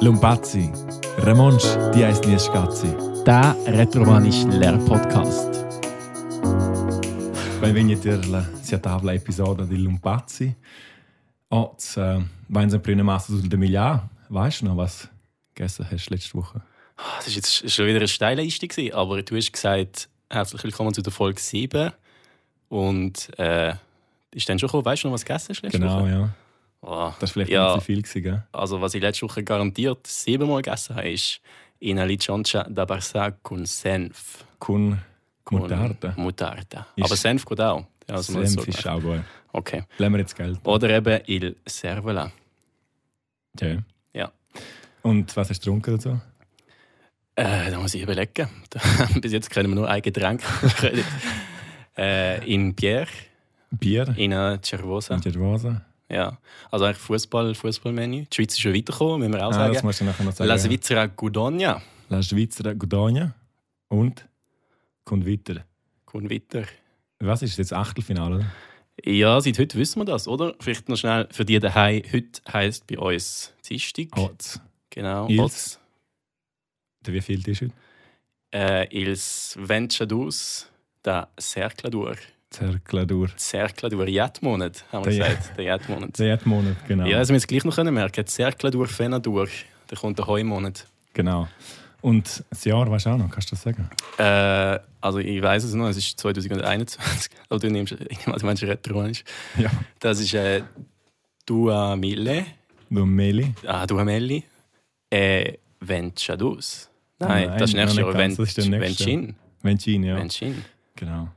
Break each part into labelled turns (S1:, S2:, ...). S1: Lumpazzi, Ramonsch, die heisst nie Schatzi.
S2: Der retromanische Lehrpodcast.
S1: Benvenuti alla siatavla episodio di Lumpazzi. Und äh, wenn Sie prima Masse aus dem Jahr, weißt du noch, was gegessen hast letzte Woche?
S3: Ah, Das war jetzt schon wieder ein steiler Einstieg, gewesen, aber du hast gesagt, herzlich willkommen zu der Folge 7. Und äh, ist dann schon gekommen, weißt du noch, was du gegessen hast letzte
S1: genau,
S3: Woche?
S1: ja.
S3: Oh,
S1: Das war vielleicht
S3: Ja.
S1: ein bisschen viel, gewesen, gell?
S3: also, was ich letzte Woche garantiert siebenmal gegessen habe, ist Ina Lichancia da Barça con Senf.
S1: Kun
S3: Und
S1: Mutarde.
S3: Mutarde.
S1: Ist-
S3: Aber Senf geht auch. Ja, also man
S1: Senf
S3: sagt-
S1: ist auch gut.
S3: Okay.
S1: Lassen wir jetzt Geld.
S3: Oder eben Il Cervela.
S1: Okay.
S3: Ja.
S1: Und was hast du getrunken dazu?
S3: Äh, da muss ich überlegen. Bis jetzt kennen wir nur ein Getränk. äh, in Pierre,
S1: Bier?
S3: in Cervosa.
S1: Und Gervase?
S3: Ja, also eigentlich Fußball, Fußballmenü. Die Schweiz ist schon weitergekommen, müssen wir auch
S1: Ah, das
S3: sagen.
S1: musst du nachher noch sagen.
S3: La Svizzera Gudonia.
S1: La Schweizer Gudonia. Und? Kommt weiter.
S3: Kommt weiter.
S1: Was ist jetzt Achtelfinale? oder?
S3: Ja, seit heute wissen wir das, oder? Vielleicht noch schnell für die daheim. Heute heisst bei uns Dienstag.
S1: Hotz.
S3: Genau.
S1: Ils. Oh, Der wie viel ist heute?
S3: Äh, ils Venchadus, da Cercladur.
S1: Zerkladur.
S3: Cercladur, Jadmonat, haben wir
S1: Der Jad-
S3: gesagt. Der Jadmonat.
S1: Der Erdmonat, genau.
S3: Ja, das müssen wir jetzt gleich noch können merken. Cercladur, Fenadur. Da kommt der Heumonat.
S1: Genau. Und das Jahr weißt du auch noch, kannst du das sagen?
S3: Äh, also ich weiß es noch, es ist 2021. Aber du nimmst, ich meine, du meinst retronisch.
S1: Ja.
S3: Das ist äh, Dua Mille,
S1: Du Meli.
S3: ah, Dua Melli, äh, Venchadus. Nein,
S1: Nein,
S3: das ist
S1: noch
S3: nächstes
S1: nicht
S3: Jahr
S1: ganz, das ist der
S3: Ven-
S1: nächste.
S3: Venchin.
S1: Vencin, ja.
S3: Venchin.
S1: Genau.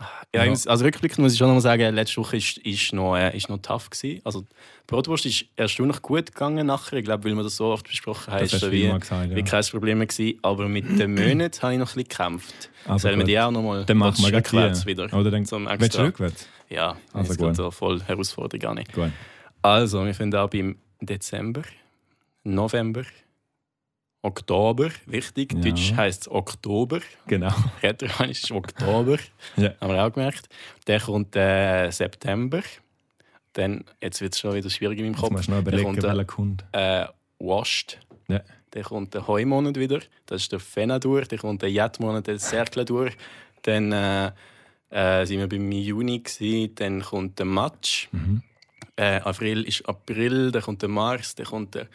S3: Ja,
S1: Ja.
S3: ich muss- Also rückblickend muss ich schon noch mal sagen, letzte Woche ist, ist, noch, äh, ist noch tough gewesen. Also die Brotwurst ist erstaunlich gut gegangen nachher, ich glaube, weil wir das so oft besprochen haben,
S1: Das
S3: ist
S1: hast
S3: da
S1: du
S3: wie,
S1: wie, mal gesagt,
S3: wie
S1: ja.
S3: kein Problem mehr gewesen. Aber mit den Monaten habe ich noch ein bisschen gekämpft.
S1: Also
S3: Sollen wir
S1: gut.
S3: die auch noch mal?
S1: Dann machen wir
S3: Das ist
S1: gleich
S3: rückwärts
S1: die.
S3: wieder.
S1: Oder dann
S3: Zum
S1: willst du
S3: extra.
S1: rückwärts?
S3: Ja,
S1: Also
S3: also
S1: gut.
S3: gut. Da voll Herausforderung an.
S1: Gut.
S3: Also, wir fangen an beim Dezember, November, Oktober. Wichtig,
S1: Ja.
S3: Deutsch heisst es Oktober.
S1: Genau.
S3: Rätoranisch ist Oktober.
S1: Ja.
S3: Haben wir auch gemerkt. Dann kommt äh, September. Dann, jetzt wird es schon wieder schwierig in meinem
S1: Jetzt
S3: Kopf.
S1: musst du noch überlegen,
S3: kommt der-
S1: welcher Kunde.
S3: Äh, washed.
S1: Ja.
S3: Dann kommt der Heumonat wieder. Das ist der Fenadur. Dann kommt der Jetmonat, der Cercladur. Dann äh, äh, sind wir beim Juni. Gewesen. Dann kommt der Matsch.
S1: Mhm.
S3: Äh, April ist April. Dann kommt der Mars. Dann kommt der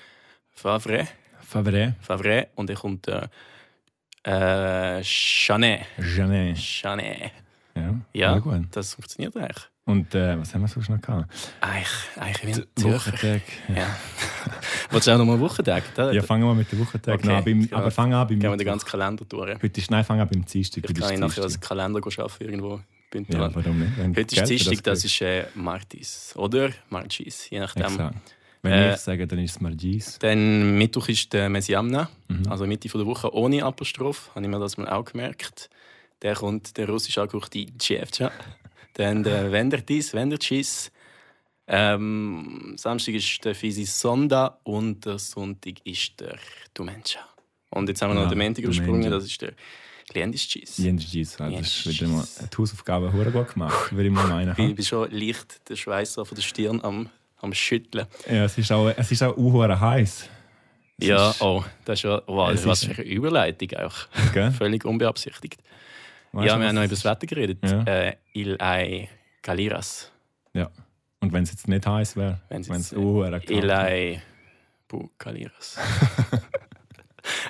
S3: Favre.
S1: Favre,
S3: Favre. Und dann kommt der äh, Chanet.
S1: Janet.
S3: Chanet.
S1: Ja.
S3: Ja.
S1: Sehr gut.
S3: Das funktioniert eigentlich.
S1: Und äh, was haben wir sonst noch gehabt?
S3: Eigentlich, eigentlich bin ich Zürcher.
S1: Wochentag.
S3: Ja. Willst du auch nochmal einen Wochentag? Da,
S1: Ja, fangen wir mit dem Wochentag
S3: Okay.
S1: an. Aber im-
S3: Ja.
S1: Aber fang an beim
S3: gehen wir den
S1: Mittwoch.
S3: ganzen Kalender durch.
S1: Heute ist, nein, fang an beim Dienstag.
S3: Vielleicht
S1: heute ist
S3: kann ich nachher als
S1: Dienstag.
S3: Kalender arbeiten irgendwo. Bin dran.
S1: Ja, warum nicht? Wenn
S3: Heute
S1: Geld
S3: ist
S1: für
S3: Dienstag, das
S1: kriegst.
S3: ist äh, Martis, oder? Martis, je nachdem.
S1: Exakt. Wenn
S3: Äh,
S1: ich sage, dann ist es Margis.
S3: Dann Mittwoch ist der Mesiamna,
S1: Mhm.
S3: also Mitte von der Woche ohne Apostroph, habe ich mir das mal auch gemerkt. Dann kommt der russisch angehauchte Tschewtscha. Dann der Wendertis, Wendertschis. Ähm, Samstag ist der Fisi Sonda und der Sonntag ist der Dumenscha. Und jetzt haben wir noch
S1: Ja,
S3: den Montag
S1: Dumenscha.
S3: übersprungen, das ist der Klientischis. Ja.
S1: Jens Gies, also das ist
S3: Jens
S1: wieder mal
S3: Gies.
S1: die Hausaufgabe hure gut gemacht, würde ich mal meinen.
S3: Ich
S1: ha?
S3: bin schon leicht den Schweiß so von der Stirn am, am Schütteln.
S1: Ja, es ist auch, es ist auch unhure heiß. Es
S3: ja,
S1: ist-
S3: oh, das ist ja, wow,
S1: Es
S3: was
S1: ist-
S3: für eine Überleitung auch.
S1: Gell?
S3: Völlig unbeabsichtigt.
S1: Weißt
S3: ja,
S1: du,
S3: wir haben noch
S1: was-
S3: über das Wetter geredet.
S1: Ja.
S3: Äh, il ei Galiras.
S1: Und wenn es jetzt nicht heiß wäre, wenn
S3: Wenn's
S1: es
S3: jetzt- äh,
S1: unhure kalt
S3: Il
S1: wäre.
S3: ei Bu Galiras.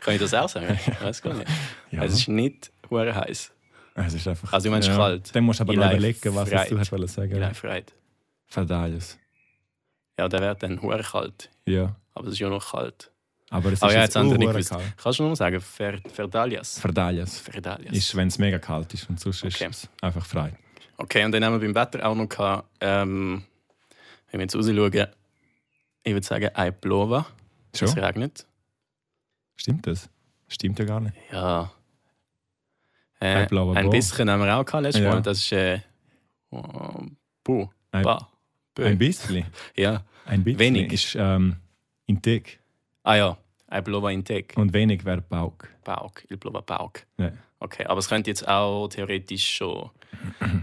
S3: Kann ich das auch sagen? Ich weiß gar nicht.
S1: Ja,
S3: Es ist nicht hure heiß.
S1: es ist einfach.
S3: Also, du meinst kalt.
S1: Dann musst du aber
S3: Il
S1: noch
S3: ei
S1: überlegen, was
S3: freit.
S1: du hast wollen
S3: Il ei
S1: sagen.
S3: Freit.
S1: Verdailes.
S3: Genau, Ja, der wird dann hure kalt.
S1: Ja.
S3: Aber es ist ja noch kalt.
S1: Aber es
S3: Aber
S1: ist
S3: ja,
S1: jetzt
S3: jetzt haben wir nicht
S1: unhure
S3: gewusst.
S1: kalt.
S3: Kannst du noch mal sagen, Ver Verdalias?
S1: Verdailes.
S3: Verdalias.
S1: Ist, wenn es mega kalt ist und sonst
S3: Okay.
S1: ist es einfach frei.
S3: Okay, und dann haben wir beim Wetter auch noch gehabt, ähm, wenn wir jetzt rausschauen, ich würde sagen, ein Plova, es
S1: Schon?
S3: regnet.
S1: Stimmt das? Stimmt ja gar nicht.
S3: Ja. Äh,
S1: Ein blauer
S3: ein
S1: Bo.
S3: bisschen haben wir auch gehabt letztes
S1: Ja.
S3: Mal, das ist. Äh, oh, Bu,
S1: Ein,
S3: Ba, Bö.
S1: ein bisschen.
S3: Ja.
S1: Ein bisschen
S3: Wenig.
S1: ist ähm, Integ.
S3: Ah ja, ein Plova Integ.
S1: Und wenig wäre Bauk.
S3: Bauk, il Plova Bauk.
S1: Ja.
S3: Okay, aber es könnte jetzt auch theoretisch schon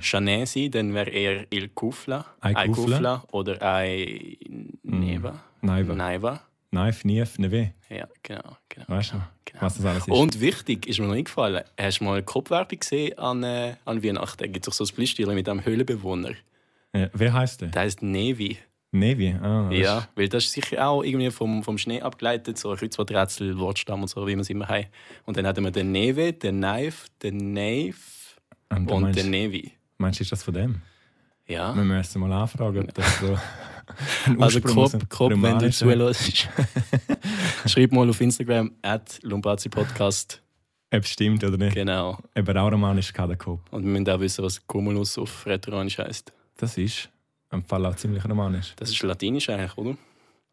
S3: Chanet sein, dann wäre eher Il Kufla,
S1: Ein Kufla. Hm,
S3: oder ein Neva.
S1: Nein, wa-
S3: Neiva.
S1: Knife, Nief, Neve.
S3: Ja, genau. genau,
S1: Weißt du?
S3: genau, genau.
S1: Was das alles ist.
S3: Und wichtig ist mir noch eingefallen, hast du mal eine Kopfwerbung gesehen an, äh, an Weihnachten? Da gibt es doch so ein Blüstierchen mit einem Höhlenbewohner.
S1: Äh, wer heißt der?
S3: Der heißt Nevi.
S1: Nevi. Ah, das
S3: Ja, weil das ist sicher auch irgendwie vom, vom Schnee abgeleitet, so ein Kreuzworträtsel, Wortstamm und so, wie man es immer hat. Und dann hatten wir den Neve, den Knife, den Knave
S1: ist- Ähm, du
S3: und Ne-
S1: meinst,
S3: den Nevi.
S1: meinst du, ist das von dem?
S3: Ja,
S1: Wir müssen mal anfragen, ob das so. ein
S3: also
S1: Ursprung aus dem
S3: Kopf, Kopf wenn du
S1: Romanischen-
S3: zuhörst, schreib mal auf Instagram at Lumpazi Podcast.
S1: Ob es stimmt oder nicht.
S3: Genau.
S1: Eben auch romanisch kann der Kopf.
S3: Und wir müssen auch wissen, was Cumulus auf Retroanisch heisst.
S1: Das ist im Fall auch ziemlich romanisch.
S3: Das ist Latinisch eigentlich, oder?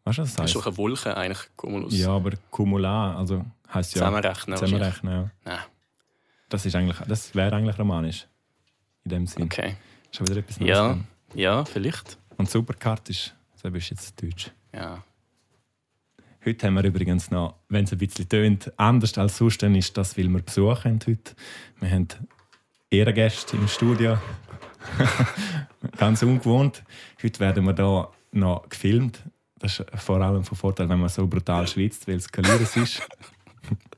S1: Weißt du, was das
S3: Das ist
S1: heißt?
S3: doch eine Wolke eigentlich, Cumulus.
S1: Ja, aber cumular, also heißt ja
S3: Zusammenrechnen. wahrscheinlich.
S1: zusammenrechnen. Ja.
S3: Nein.
S1: Das, ist eigentlich, das wäre eigentlich romanisch. In dem Sinn.
S3: Okay.
S1: Schon wieder etwas Neues.
S3: Ja,
S1: gelernt.
S3: ja, vielleicht.
S1: Und Superkart ist, so bist du jetzt deutsch.
S3: Ja.
S1: Heute haben wir übrigens noch, wenn es ein bisschen tönt, anders als sonst, dann ist das, weil wir Besuch haben heute. Wir haben Ehrengäste im Studio. Ganz ungewohnt. Heute werden wir hier noch gefilmt. Das ist vor allem von Vorteil, wenn man so brutal schwitzt, weil es Kalieres ist.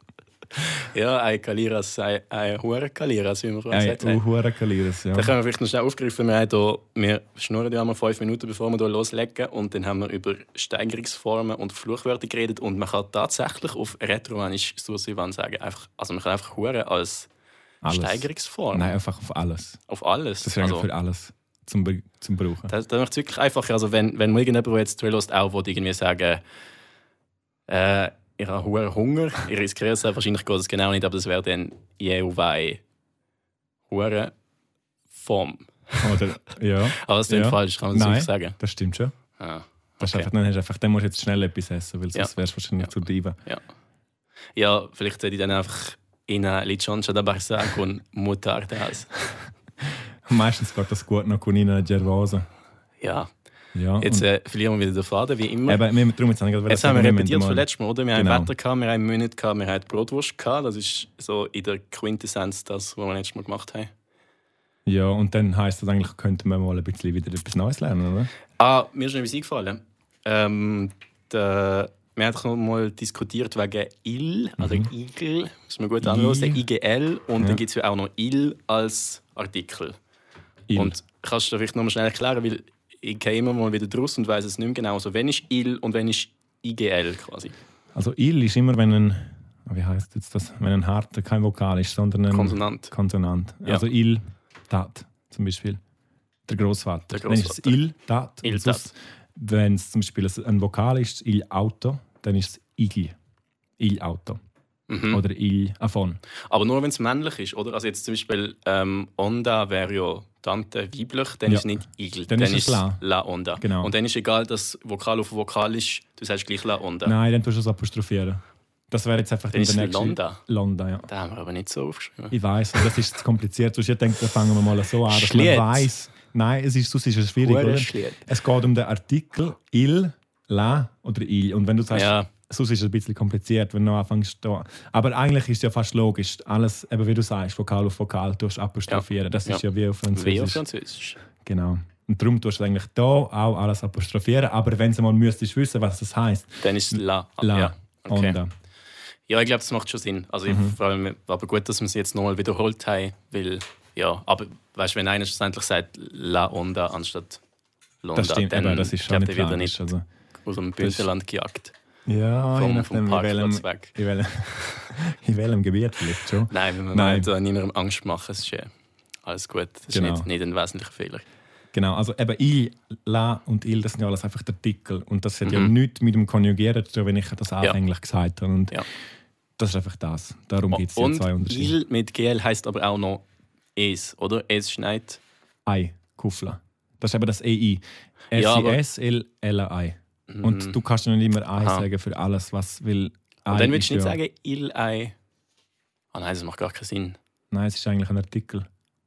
S3: Ja, ein Kaliras, ein, ein hoher Kaliras, wie man vorhin
S1: Ein uh.
S3: gesagt hat.
S1: Uhuere Kalieres, ja.
S3: Da können wir vielleicht noch schnell aufgreifen. Wir, haben hier, wir schnurren ja einmal fünf Minuten, bevor wir hier loslegen. Und dann haben wir über Steigerungsformen und Fluchwörter geredet. Und man kann tatsächlich auf Retroanisch Sursivan sagen. Einfach, also man kann einfach Huren als
S1: Alles.
S3: Steigerungsform.
S1: Nein, einfach auf alles.
S3: Auf alles.
S1: Das ist eigentlich
S3: also,
S1: für alles zum, Be- zum Brauchen.
S3: das, das macht es wirklich einfacher. Also wenn, wenn mir irgendjemand, der jetzt zulässt, auch will, irgendwie sagen äh, ich habe hohen Hunger, ich riskiere es auch, wahrscheinlich geht es genau nicht, aber das wäre dann E «Jeuwei hohe Form».
S1: Oder, ja,
S3: Aber das ist
S1: Ja.
S3: falsch, kann man das
S1: Nein.
S3: wirklich sagen.
S1: das stimmt schon.
S3: Ah,
S1: Das ist
S3: okay.
S1: einfach, dann, hast du einfach, dann musst du jetzt schnell etwas essen, weil sonst wärst du wahrscheinlich zu dieben.
S3: Ja, vielleicht sollte ich dann einfach in eine Lichoncha da Barsac und Mutarde aus.
S1: Meistens geht das gut noch Conina Gervase.
S3: Ja,
S1: Ja,
S3: jetzt
S1: und
S3: äh, verlieren wir wieder den Faden, wie immer.
S1: eben, wir haben darum jetzt nicht
S3: Jetzt haben wir repetiert vom letzten Mal, oder? Wir
S1: Genau.
S3: haben Wetter, gehabt, wir haben Minute, gehabt, wir haben Brotwurst. Gehabt. Das ist so in der Quintessenz das, was wir letztes Mal gemacht haben.
S1: Ja, und dann heisst das eigentlich, könnten wir mal ein bisschen wieder etwas Neues lernen, oder?
S3: Ah, mir ist noch etwas eingefallen. Ähm, der, wir haben doch noch mal diskutiert wegen IL, also IGL, muss man gut anhören, IGL. Und
S1: Mhm. Ja.
S3: dann gibt es ja auch noch IL als Artikel.
S1: Il.
S3: Und kannst du das vielleicht noch mal schnell erklären, weil ich gehe immer mal wieder draus und weiß es nicht mehr genau. Also, wenn ist IL und wenn ist IGL quasi?
S1: also Il ist immer, wenn ein, wie heißt jetzt das, wenn ein harter kein Vokal ist, sondern ein
S3: Konsonant.
S1: Konsonant.
S3: Ja.
S1: Also Il, Dat zum Beispiel. Der Großvater.
S3: Der
S1: Dann ist es
S3: Grossvater.
S1: Il, Dat.
S3: Il,
S1: Und sonst, Wenn es zum Beispiel ein Vokal ist, Il Auto, dann ist es Igli. Il Auto.
S3: Mhm.
S1: Oder Il Afon.
S3: Aber nur wenn es männlich ist, oder? Also jetzt zum Beispiel ähm, Onda wäre ja Tante weiblich, dann
S1: Ja.
S3: ist nicht Igel,
S1: Dann ist es La.
S3: Onda.
S1: Genau.
S3: Und dann ist egal, dass Vokal auf Vokal ist, du sagst gleich La Onda.
S1: Nein, dann tust du es apostrophieren. Das wäre jetzt einfach
S3: Dann ist es Londa.
S1: Londa, ja.
S3: Da haben wir aber nicht so aufgeschrieben.
S1: Ich weiß, das ist zu kompliziert. Sonst denke dann fangen wir mal so an, dass man
S3: Schliet.
S1: weiß. Nein, es ist, sonst ist es schwierig,
S3: Hure
S1: oder?
S3: Schliet.
S1: Es geht um den Artikel Il, La oder Il. Und wenn du sagst,
S3: Ja,
S1: sonst ist es ein bisschen kompliziert, wenn du anfängst da. Aber eigentlich ist ja fast logisch. Alles, eben wie du sagst, Vokal auf Vokal tust du apostrophieren. Das ist ja, wie auf
S3: wie auf
S1: Französisch.
S3: Französisch.
S1: Genau. Und darum tust du eigentlich da auch alles apostrophieren. Aber wenn du mal müsstest wissen, was das heißt,
S3: Dann ist La. Ah,
S1: La, äh,
S3: Ja. Okay.
S1: Onda.
S3: ja, ich glaube, das macht schon Sinn. Also ich,
S1: Mhm.
S3: vor allem, aber gut, dass wir es jetzt nochmal wiederholt haben, weil, ja, aber weißt du, wenn einer schlussendlich sagt La Onda anstatt Londa,
S1: Das stimmt,
S3: dann
S1: aber das ist schon
S3: glaub,
S1: nicht
S3: der wird er
S1: logisch.
S3: nicht
S1: Also,
S3: aus dem Bündnerland gejagt.
S1: ja, je
S3: Vom,
S1: nachdem,
S3: vom
S1: in welchem,
S3: Parkplatz weg.
S1: in, welchem, in welchem Gebiet vielleicht schon.
S3: Nein, wenn wir
S1: Nein.
S3: Nein. da niemandem Angst machen, es ist äh, alles gut. Das ist
S1: Genau.
S3: nicht, nicht ein wesentlicher Fehler.
S1: Genau, also eben «il», «la» und «il», das sind ja alles einfach Artikel. Und das hat ja
S3: Mhm.
S1: nichts mit dem Konjugieren zu tun, wenn ich das anfänglich gesagt habe. Und
S3: Ja.
S1: das ist einfach das. Darum gibt es die zwei
S3: Und
S1: Unterschiede.
S3: «il» mit «gl» heißt aber auch noch «es», oder? «Es schneit».
S1: «Ei», «kufla». Das ist eben das «ei». s
S3: Ja,
S1: i
S3: aber- Mhm.
S1: s l l ei Und du kannst ja nicht immer «ei»
S3: Aha.
S1: sagen für alles, was will.
S3: Und dann willst du nicht sagen «il ei». Ah nein, das macht gar keinen Sinn.
S1: Nein, es ist eigentlich ein Artikel.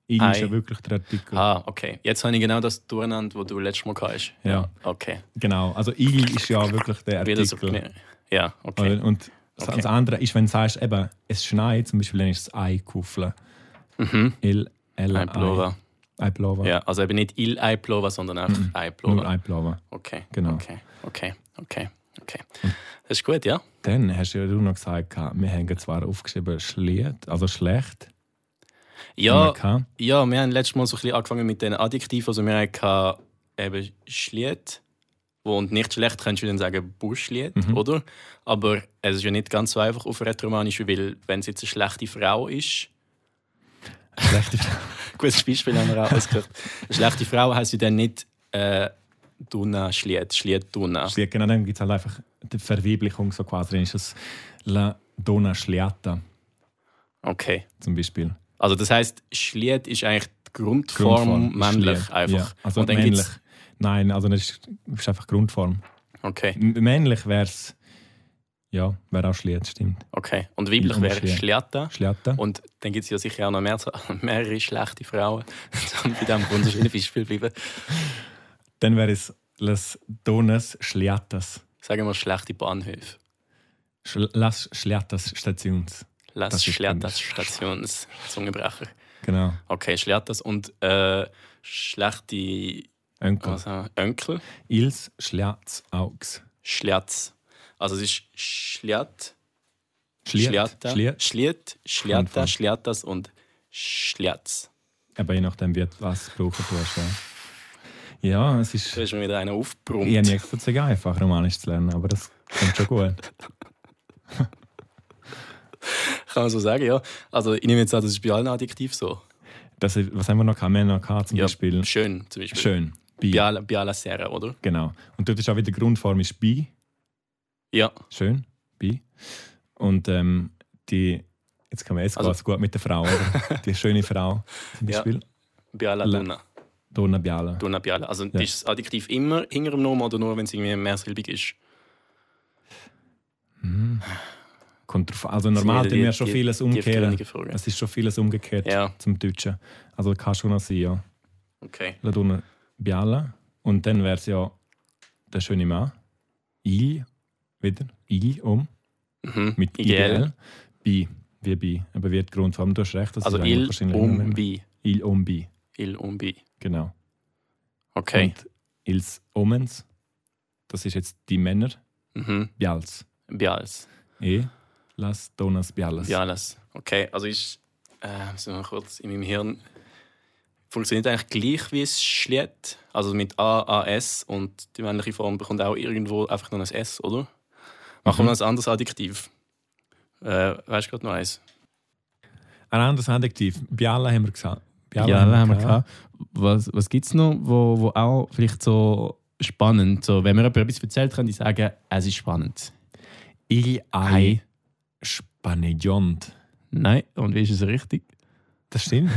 S1: «Il» ist
S3: Ei.
S1: ja wirklich der Artikel.
S3: Ah, okay. Jetzt habe ich genau das Durcheinander, das du letztes Mal hattest.
S1: Ja.
S3: Okay.
S1: Genau, also «il» ist ja wirklich der
S3: Wieder so.
S1: Artikel.
S3: Ja, okay.
S1: Oder? Und das-
S3: Okay.
S1: das andere ist, wenn du sagst, eben, es schneit, zum Beispiel, dann ist es «ei» «kufla».
S3: Mhm.
S1: «Il», «l»,
S3: Ein Plova.
S1: Ei Plova.
S3: Ja, also eben nicht «il ei plova», sondern einfach «ei
S1: Mhm. Nur
S3: plova».
S1: Ei Plova.
S3: Okay.
S1: Genau.
S3: Okay, okay, okay.
S4: Das ist gut, ja?
S1: Dann hast du ja du noch gesagt, gehabt, wir haben zwar aufgeschrieben, schlecht, also schlecht.
S4: Ja,
S1: Gehabt.
S4: ja, wir haben letztes Mal so ein bisschen angefangen mit den Adjektiven. Also wir hatten eben Schlied. wo- Und nicht schlecht kannst du dann sagen Buschlied,
S1: Mhm.
S4: oder? Aber es ist ja nicht ganz so einfach auf Rätoromanisch, weil wenn es jetzt eine schlechte Frau ist,
S1: Schlechte
S4: gutes Beispiel haben wir auch ausgesucht. Eine schlechte Frau heisst ja dann nicht äh, Duna Schlied, Schlied Duna.
S1: Schliert, genau, dann gibt es halt einfach die Verweiblichung so quasi. Dann ist es La Donna Schliata
S4: Okay.
S1: zum Beispiel.
S4: Also das heißt, Schlied ist eigentlich die Grundform,
S1: Grundform,
S4: männlich
S1: Schlied.
S4: einfach.
S1: Ja, also
S4: Und dann
S1: männlich.
S4: gibt's-
S1: Nein, also das ist, ist einfach Grundform.
S4: Okay,
S1: M männlich wäre es, ja, wäre auch Schliert, stimmt.
S4: okay. Und weiblich wäre
S1: Schlied.
S4: Schliata.
S1: Schliata.
S4: Und dann gibt es ja sicher auch noch mehr, mehrere schlechte Frauen. Zum bei diesem wunderschönen Beispiel bleiben.
S1: Dann wäre es Las Donas Schliatas.
S4: Sagen wir schlechte Bahnhöfe.
S1: Schl Las Schliatas Stations.
S4: Lass
S1: Das ist
S4: Schlertas
S1: komisch.
S4: Stations. Zungenbrecher.
S1: Genau.
S4: Okay, Schlertas und äh, schlechte
S1: Onkel.
S4: was, haben wir? Onkel.
S1: Ils Schliatz Augs.
S4: Schlerz. Also es ist Schliat,
S1: Schliert.
S4: Schliata,
S1: Schliert.
S4: Schliert, Schliata,
S1: Anfang.
S4: Schlertas und Schlerz.
S1: Aber je nachdem, wie du was brauchen tust. Ja, ja es ist.
S4: Da ist mir wieder einer
S1: Ich habe
S4: aufgebrummt.
S1: nicht gesagt, es ist einfach, Romanisch zu lernen, aber das kommt schon gut.
S4: Kann man so sagen, ja. Also ich nehme jetzt an, das ist bei allen Adjektiv so.
S1: Das, ist- was haben wir noch gehabt? Wir haben noch gehabt, zum
S4: Ja,
S1: Beispiel
S4: Schön zum Beispiel.
S1: schön. Bi.
S4: Biala, Biala Serra, oder?
S1: Genau. Und dort ist auch wieder die Grundform ist bi.
S4: Ja.
S1: Schön. Bi. Und ähm, die, jetzt kann man jetzt
S4: Also-
S1: also, gut mit der Frau, oder? die schöne Frau zum
S4: Ja.
S1: Beispiel.
S4: Biala
S1: La-
S4: Duna.
S1: Donna Biala.
S4: Duna Biala. Also
S1: Ja.
S4: ist das Adjektiv immer hinter dem Nomen oder nur, wenn es irgendwie mehrsilbig ist?
S1: Mhm. Kommt drauf an. Also
S4: Das
S1: normal
S4: sind
S1: tun
S4: wieder
S1: wir
S4: die-
S1: schon
S4: die-
S1: vieles Also
S4: die
S1: umkehren.
S4: tiefgründige Frage.
S1: Es ist schon vieles umgekehrt
S4: Ja,
S1: zum Deutschen. Also kann schon noch sein, ja.
S4: okay.
S1: La Donna Biala. Und dann wäre es ja der schöne Mann. Il, wieder. Il um.
S4: Mhm.
S1: Mit
S4: Ideell.
S1: IDL. Bi, wie Bi. Aber wird Grundform, du hast recht. Das
S4: Also
S1: ist eigentlich
S4: Il
S1: wahrscheinlich immer mehr.
S4: Umbi.
S1: Il um Bi,
S4: Il Umbi.
S1: genau.
S4: Okay.
S1: Und Ils Omens, das ist jetzt die Männer,
S4: Mhm.
S1: Bials.
S4: Bialas.
S1: E, las Donas Bialas.
S4: Bialas. Okay, also ist. Äh, muss ich mal kurz in meinem Hirn. Funktioniert eigentlich gleich wie es Schliet. Also mit A, A, S und die männliche Form bekommt auch irgendwo einfach nur ein S, oder?
S3: Mhm.
S4: Machen wir noch ein anderes Adjektiv. Äh, weißt du gerade noch eins?
S1: Ein anderes Adjektiv, Biala haben wir gesagt.
S3: Ja, haben wir gehabt. Was, was gibt es noch, wo, wo auch vielleicht so spannend, so, wenn mir jemand etwas erzählt, kann ich sagen, es ist spannend.
S1: Il
S3: Ei.
S1: ai Spanejont.
S3: Nein, und wie ist es richtig?
S1: Das stimmt.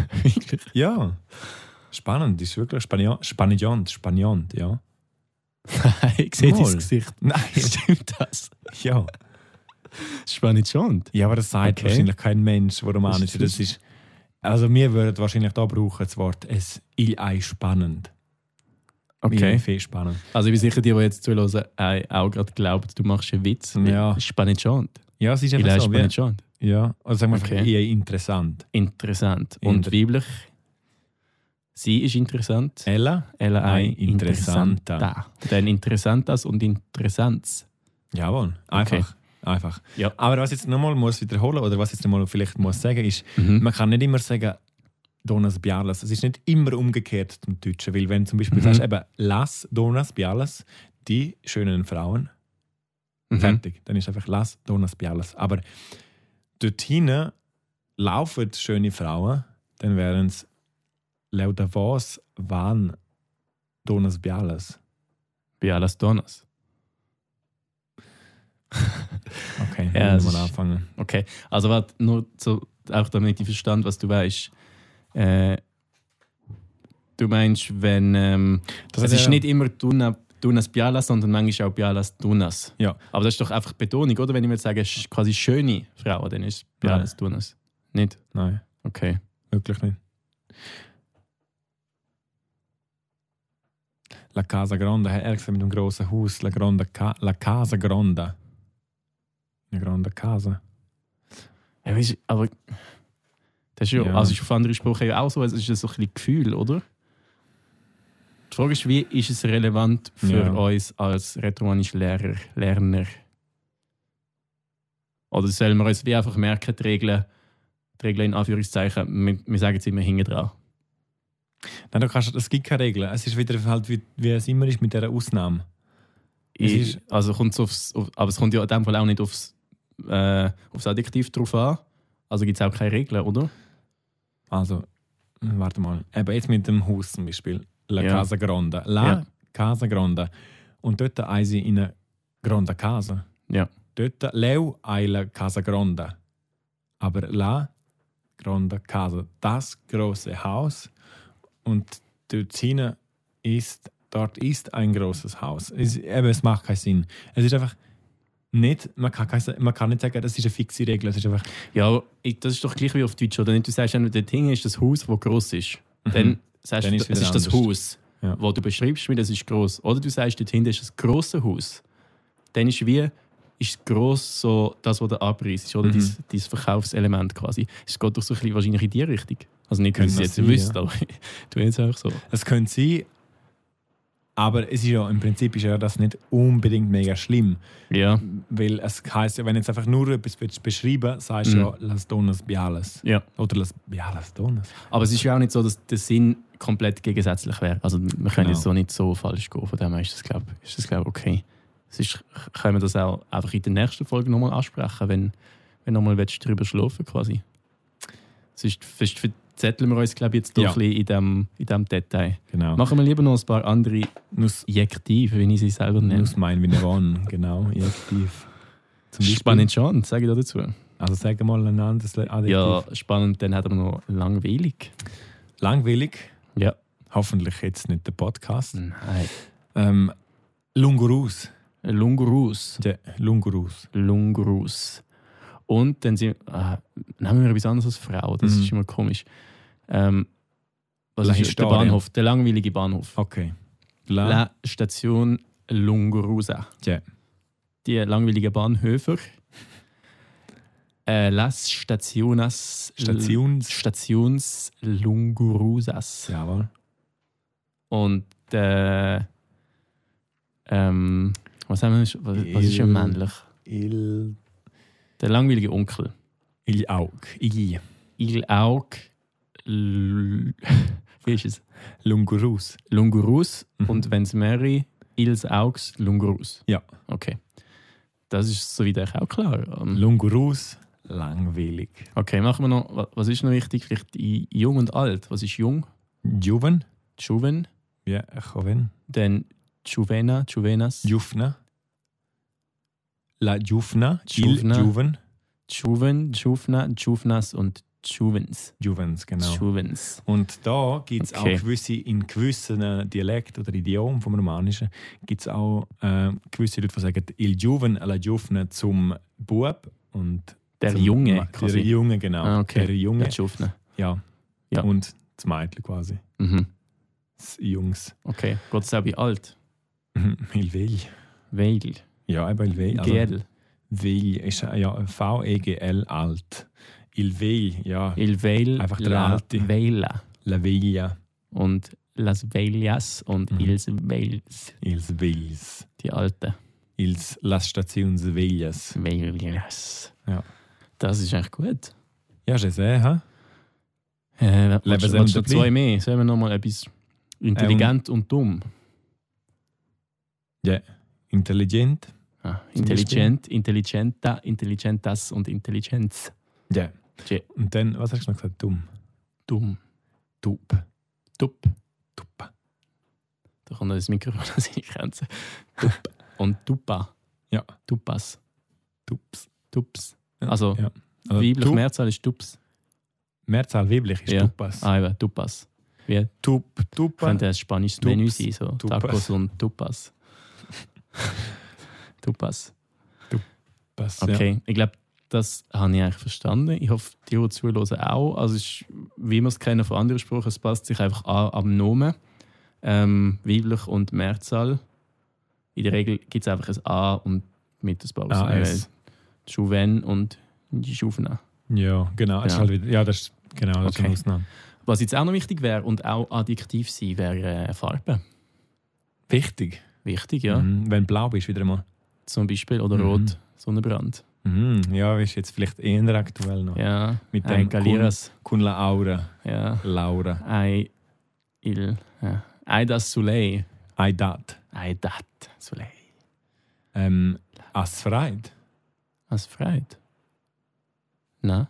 S1: ja. Spannend, ist wirklich Spanion, Spanejont, Spanejont, ja.
S3: Nein, ich sehe dein
S1: Mal.
S3: Gesicht.
S1: Nein,
S3: Stimmt das?
S1: ja.
S3: Spannend schon.
S1: Ja, aber das sagt
S3: Okay.
S1: wahrscheinlich kein Mensch, wo romanisch
S3: Das ist-
S1: das ist. Also wir würden wahrscheinlich da brauchen das Wort es il ei spannend. Il
S3: Okay.
S1: viel spannend.
S3: Also ich bin sicher, die, die jetzt zuhören, haben auch gerade glaubt, du machst einen Witz.
S1: Ja.
S3: Spannend schon.
S1: Ja, es ist
S3: Ich
S1: einfach
S3: lese
S1: so.
S3: spannend
S1: Wie,
S3: schon.
S1: ja, also sagen wir einfach
S3: Okay.
S1: eher interessant.
S3: Interessant. Und
S1: Inter-
S3: weiblich? Sie ist interessant.
S1: Ella?
S3: Ella
S1: Ei,
S3: ein
S1: interessanta.
S3: Interessanta. Dann Interessantas und Interessants.
S1: Jawohl, einfach. Einfach.
S3: Ja.
S1: Aber was jetzt nochmal muss wiederholen oder was jetzt nochmal vielleicht muss sagen ist,
S3: Mhm.
S1: man kann nicht immer sagen Donas Bialas. Es ist nicht immer umgekehrt zum Deutschen, weil wenn zum Beispiel
S3: Mhm.
S1: sagst, eben Las Donas Bialas, die schönen Frauen,
S3: Mhm.
S1: Fertig. Dann ist einfach Las Donas Bialas. Aber dorthin laufen schöne Frauen, dann wären es Lauda Vos Van Donas Bialas.
S3: Bialas Donas.
S1: Okay,
S3: Ja,
S1: dann
S3: es
S1: müssen wir
S3: ist-
S1: anfangen.
S3: Okay, also warte, nur so, auch damit ich verstand, was du weißt. Äh, du meinst, wenn ähm,
S1: Das
S3: es
S1: hat
S3: ist
S1: ja-
S3: nicht immer Duna, Dunas Bialas, sondern manchmal auch Bialas Dunas.
S1: Ja.
S3: Aber das ist doch einfach Betonung, oder? Wenn ich mir jetzt sage, sch- quasi schöne Frauen, dann ist es Bialas Dunas. Nicht?
S1: Nein,
S3: Okay.
S1: wirklich nicht. La Casa Grande, er gesagt mit dem großen Haus, La, Grande Ca La Casa Grande. Eine grande Casa.
S3: Ja, weißt, aber das ist ja,
S1: Ja.
S3: Also ist auf andere Sprache ja auch so, es ist so ein bisschen Gefühl, oder? Die Die Frage ist, wie ist es relevant für
S1: Ja.
S3: uns als retromanische Lehrer, Lerner? Oder sollen wir uns wie einfach merken, die Regeln, die Regeln in Anführungszeichen, wir, wir sagen es immer hinten dran.
S1: Nein, du kannst, es gibt keine Regeln. Es ist wieder halt, wie, wie es immer ist mit dieser Ausnahme. Es
S3: Ich- Also kommt's aufs, auf, aber es kommt ja in dem Fall auch nicht aufs, äh, aufs Adjektiv drauf an. Also gibt es auch keine Regeln, oder?
S1: Also, warte mal. Eben jetzt mit dem Haus zum Beispiel. La
S3: Ja.
S1: Casa Grande. La
S3: Ja.
S1: Casa Grande. Und dort ein sie in eine Grande Casa.
S3: Ja.
S1: Dort leu eine Casa Grande. Aber La Grande Casa. Das große Haus. Und dort hinein ist, dort ist ein großes Haus. Es, eben, es macht keinen Sinn. Es ist einfach nicht, man kann, kein- man kann nicht sagen, das ist eine fixe Regel. Es ist einfach,
S3: Ja, aber ich- das ist doch gleich wie auf Deutsch, oder nicht? Du sagst, wenn dort hinten ist das Haus, das gross ist. Dann sagst
S1: Mhm. Dann
S3: du,
S1: ist
S3: es
S1: es
S3: ist
S1: wieder
S3: das
S1: anders.
S3: Haus,
S1: Ja.
S3: wo du beschreibst, wie das ist gross. Oder du sagst, dort hinten ist das grosse Haus. Dann ist wie ist gross so das, was der Abriss ist, oder
S1: Mhm.
S3: dein, dein Verkaufselement quasi. Es geht doch so ein bisschen wahrscheinlich in die Richtung. Also nicht,
S1: Könnte
S3: dass ich
S1: das
S3: jetzt
S1: sein,
S3: wüsste,
S1: ja.
S3: aber ich tue jetzt auch so.
S1: Es könnte sein, aber es ist ja im Prinzip ist ja das nicht unbedingt mega schlimm,
S3: Ja,
S1: weil es heißt ja, wenn jetzt einfach nur etwas willst beschreiben, sagst du
S3: Mhm.
S1: ja Las Donas Bialas
S3: ja.
S1: oder Las Bialas Donas.
S3: Aber es ist ja auch nicht so, dass der Sinn komplett gegensätzlich wäre. Also wir
S1: Genau.
S3: können jetzt so nicht so falsch gehen. Von dem her ist das, glaube ist das, glaub, okay. Es ist, können wir das auch einfach in der nächsten Folge nochmal ansprechen, wenn, wenn du nochmal drüber schlafen quasi. Sonst sonst verzetteln wir uns, glaube ich, jetzt doch
S1: Ja.
S3: ein bisschen in dem, in dem Detail.
S1: Genau.
S3: Machen wir lieber noch ein paar andere
S1: Nuss,
S3: Adjektive, wie ich sie selber nenne.
S1: Nuss mein wie Nevon, genau, Adjektiv. Zum Beispiel-
S3: Spannend schon, sage ich da dazu.
S1: Also sag mal ein anderes Adjektiv.
S3: Ja, spannend, dann hat er noch langweilig.
S1: Langweilig,
S3: Ja.
S1: hoffentlich jetzt nicht der Podcast.
S3: Nein.
S1: Ähm, Lungurus.
S3: Lungurus.
S1: Der Lungurus.
S3: Lungrus. Und dann sind ah, nehmen wir etwas anderes als Frau, das
S1: Mhm.
S3: ist immer komisch. Ähm, was
S1: La
S3: ist der
S1: Historia.
S3: Bahnhof, der langweilige Bahnhof.
S1: Okay. La,
S3: La Station Lungurusa.
S1: Tja.
S3: Die langweiligen Bahnhöfer. Äh, Las Stationas
S1: Stations.
S3: Stations Lungurusas.
S1: Jawohl.
S3: Und äh, ähm, was, haben wir, was, was ist ja
S1: Il-
S3: männlich?
S1: Il.
S3: Der langweilige Onkel.
S1: Il Aug. I.
S3: Il Aug. L- Wie ist es?
S1: Lungurus.
S3: Lungurus.
S1: Mhm.
S3: Und wenn es mehrere, Ils Augs Lungurus.
S1: Ja.
S3: Okay. Das ist soweit eigentlich auch klar. Ähm,
S1: Lungurus. Langweilig.
S3: Okay, machen wir noch. wa- Was ist noch wichtig? Vielleicht i- jung und alt. Was ist jung?
S1: Juven.
S3: Juven.
S1: Ja, Joven.
S3: Dann Juvena, Juvenas.
S1: Jufna. La Jufna. Il
S3: Jufna.
S1: Juven.
S3: Juven, Juvna, Juvnas und Juvens.
S1: Juvens, genau.
S3: Juvens.
S1: Und da gibt es
S3: Okay.
S1: auch gewisse, in gewissen äh, Dialekt oder Idiom vom Romanischen gibt es auch äh, gewisse Leute, die sagen Il Juven, La Jufna zum Bub und
S3: Der
S1: zum Ma-
S3: Junge
S1: Der
S3: quasi.
S1: Junge, genau.
S3: Ah, okay.
S1: Der Junge,
S3: Der Juvne.
S1: ja.
S3: Ja.
S1: Und das Mädchen quasi.
S3: Mhm.
S1: Das Jungs.
S3: Okay. Gott sei Dank alt.
S1: Il Veil.
S3: Weil.
S1: Ja, eben Il Veil. Also,
S3: GL.
S1: Veil ist äh, ja V-E-G-L alt. Il Veil, ja.
S3: Il Veil,
S1: Einfach der
S3: la
S1: Alte.
S3: Veila
S1: La Veiglia,
S3: und Las Veilias und
S1: Mhm.
S3: Ils Veils,
S1: ils Veils.
S3: die Alte.
S1: Ils Las Stations Veillas.
S3: Veilias.
S1: Ja.
S3: Das ist echt gut.
S1: Ja, je sais, hä?
S3: Äh, willst,
S1: sind
S3: willst du noch
S1: dabei.
S3: zwei mehr? Sollen wir noch mal etwas
S1: Ähm,
S3: intelligent und dumm?
S1: Intelligent.
S3: Ah,
S1: Zum
S3: intelligent, intelligenta, intelligentas und Intelligenz.
S1: Ja.
S3: Ja.
S1: Und dann, was hast du noch gesagt? Dumm.
S3: Dumm.
S1: Tup.
S3: Dupp.
S1: Tup.
S3: Da kommt noch das Mikrofon an seine Grenze. Dupp. und Duppa.
S1: Ja.
S3: Duppas.
S1: Tups.
S3: Dups. Also,
S1: ja. Also,
S3: Weiblich
S1: tup.
S3: Mehrzahl ist Dups.
S1: Mehrzahl weiblich ist
S3: Ja.
S1: Tupas.
S3: Ah, eben, Dupas. Wie
S1: Tup, Tupa.
S3: Könnte ein spanisches
S1: Tups,
S3: Menü sein, so
S1: Tupas.
S3: Tacos und Tupas. Tupas.
S1: Tupas,
S3: Okay, ich glaube, das habe ich eigentlich verstanden. Ich hoffe, die, die zuhören, auch. Also, es ist, wie wir es kennen von anderen Sprachen, es passt sich einfach an am Nomen. Ähm, weiblich und Mehrzahl. In der Regel gibt es einfach ein A und mit ein paar
S1: Ja. Ah, es.
S3: Juven und Juvena.
S1: Ja, genau. Es Ist
S3: Ja.
S1: halt wieder, ja, das ist, genau, das ist
S3: Okay.
S1: eine Ausnahme.
S3: Was jetzt auch noch wichtig wäre und auch adjektiv sein, wäre äh, Farbe.
S1: Wichtig.
S3: Wichtig, ja.
S1: Mhm, wenn blau bist, wieder einmal.
S3: Zum Beispiel. Oder
S1: Mhm.
S3: rot, Sonnenbrand.
S1: Mhm, ja, ist jetzt vielleicht eher aktuell noch.
S3: Ja.
S1: Mit
S3: Ein
S1: dem
S3: Galiras.
S1: Kun la aura,
S3: Ja.
S1: Laura,
S3: Ein Il. Ja. Ein das Soleil.
S1: I dat.
S3: Ein dat Soleil.
S1: Ähm, as Freit.
S3: Was freut? Na,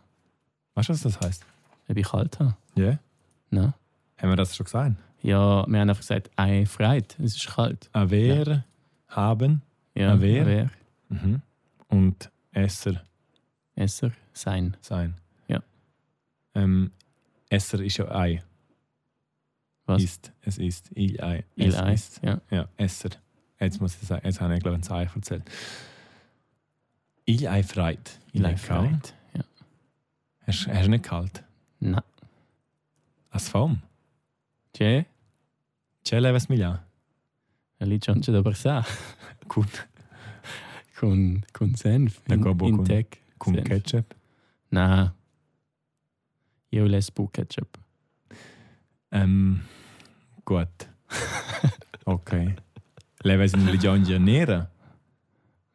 S1: Weißt du, was das heißt?
S3: ob ich kalt habe?
S1: Ja.
S3: Na.
S1: Haben wir das schon gesagt?
S3: Ja, wir haben einfach gesagt, ein freit, es ist kalt.
S1: Aver, Ah, haben.
S3: Ja,
S1: Ein Wer?
S3: Wer?
S1: Mhm. Und Esser
S3: Esser, sein.
S1: sein.
S3: Ja.
S1: Ähm, Esser ist ja Ei.
S3: Was?
S1: Ist. Es ist. I, Ei.
S3: Il
S1: es
S3: Eis.
S1: ist.
S3: Ja.
S1: Ja, Esser. Jetzt muss ich sagen, jetzt habe ich glaube ich ein Zeichen erzählt. Il Ei freit.
S3: Il
S1: Ei
S3: Eis freit. Ja.
S1: Hast hast du nicht kalt?
S3: Na.
S1: As Fom.
S3: Tje,
S1: C'è leves Milja.
S3: li chonche da barsa.
S1: Kun,
S3: Kun, kun senf.
S1: Da går bo kun-
S3: Intec.
S1: kun
S3: Senf.
S1: Ketchup.
S3: Na. Eu les bu ketchup.
S1: Ähm, gut. Okay. leves in Ligiongia nera.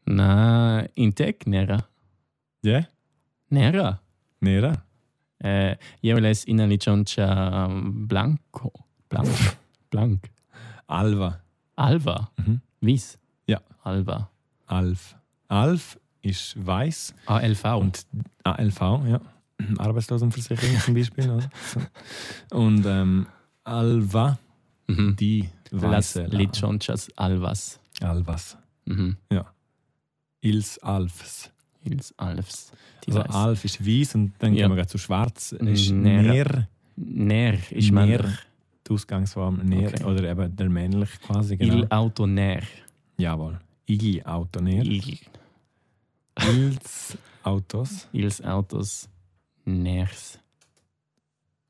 S3: Na, intec nera.
S1: Ja?
S3: Nera.
S1: Nera?
S3: Eh, eu les ina li chonche um, blanco. Blanc. Blanc.
S1: Alva.
S3: Alva.
S1: Mhm.
S3: Wies.
S1: Ja.
S3: Alva.
S1: Alf. Alf ist weiß.
S3: ALV.
S1: Und ALV, ja.
S3: Mhm.
S1: Arbeitslosenversicherung zum Beispiel. Oder? So. Und ähm, Alva,
S3: mhm.
S1: die
S3: Las
S1: weiße. La-
S3: Lichonchas Alvas.
S1: Alvas.
S3: Mhm.
S1: Ils Alfs.
S3: Ils Alfs. Die
S1: Also
S3: weiß.
S1: Alf ist weiß und dann
S3: Ja.
S1: gehen wir gleich zu schwarz. Ist
S3: Näher.
S1: näher
S3: Ner ist
S1: Ner.
S3: männlich.
S1: die Ausgangsform, näher
S3: Okay.
S1: oder eben der männliche quasi. Genau.
S3: Il Auto Ner.
S1: Jawohl. Il Auto näher.
S3: Il,
S1: Ils Autos.
S3: ils Autos Ners.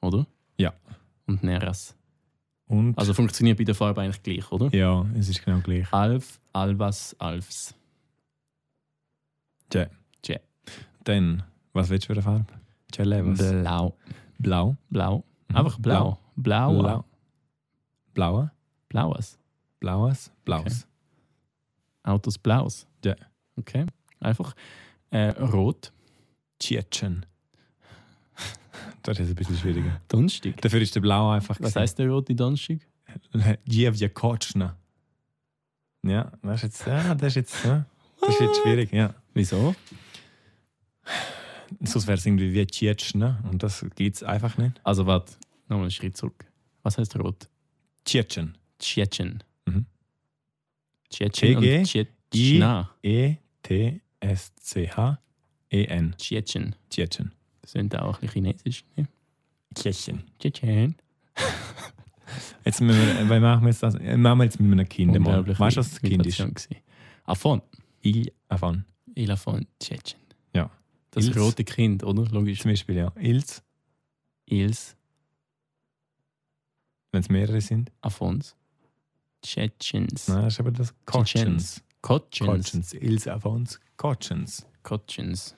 S3: Oder?
S1: Ja.
S3: Und Neras.
S1: Und
S3: Also funktioniert bei der Farbe eigentlich gleich, oder?
S1: ja, es ist genau gleich.
S3: Alf, Alvas, Alfs.
S1: Tja.
S3: Tja.
S1: Dann, was willst du für eine Farbe? Celle, was?
S3: Blau.
S1: Blau.
S3: Blau.
S1: Mhm.
S3: Einfach blau. Blau.
S1: Blau. Blaue,
S3: Blaues.
S1: blaues, blaues.
S3: Autos Blaus.
S1: Ja.
S3: Okay. Einfach äh, rot.
S1: Tschetschen. Das ist ein bisschen schwieriger.
S3: Dunstig.
S1: Dafür ist der Blau einfach
S3: Was heißt der rote Donnerstag?
S1: Gievja Kotschna. Ja, das ist jetzt, ja, das ist jetzt, ja, das ist jetzt schwierig, ja.
S3: Wieso?
S1: Sonst wäre es irgendwie wie Tschetschen und das geht es einfach nicht.
S3: Also warte, nochmal einen Schritt zurück. Was heißt rot?
S1: Tschetschen.
S3: Tschetschen.
S1: Mhm.
S3: Tschetschen
S1: TG,
S3: und Tschetschna.
S1: E E-T-S-C-H-E-N.
S3: Tschetschen.
S1: Tschetschen.
S3: Das sind auch ein bisschen chinesisch. ne?
S1: Tschetschen.
S3: Tschetschen.
S1: Jetzt müssen wir, weil machen wir jetzt das, äh, machen wir jetzt mit einem Kind mal.
S3: Unglaublich.
S1: Weißt du, was das Kind ist?
S3: Afon.
S1: Il, ah, Afan.
S3: Il Afon Tschetschen.
S1: Ja.
S3: Das
S1: Ils.
S3: rote Kind, oder? Logisch.
S1: Zum Beispiel, ja. Ils,
S3: Ils
S1: wenn es mehrere sind.
S3: Afons. Tschetschens.
S1: Nein, das ist aber das Kotschens.
S3: Kotschens.
S1: Kotschens. Ils, Afons, Kotschens.
S3: Kotschens.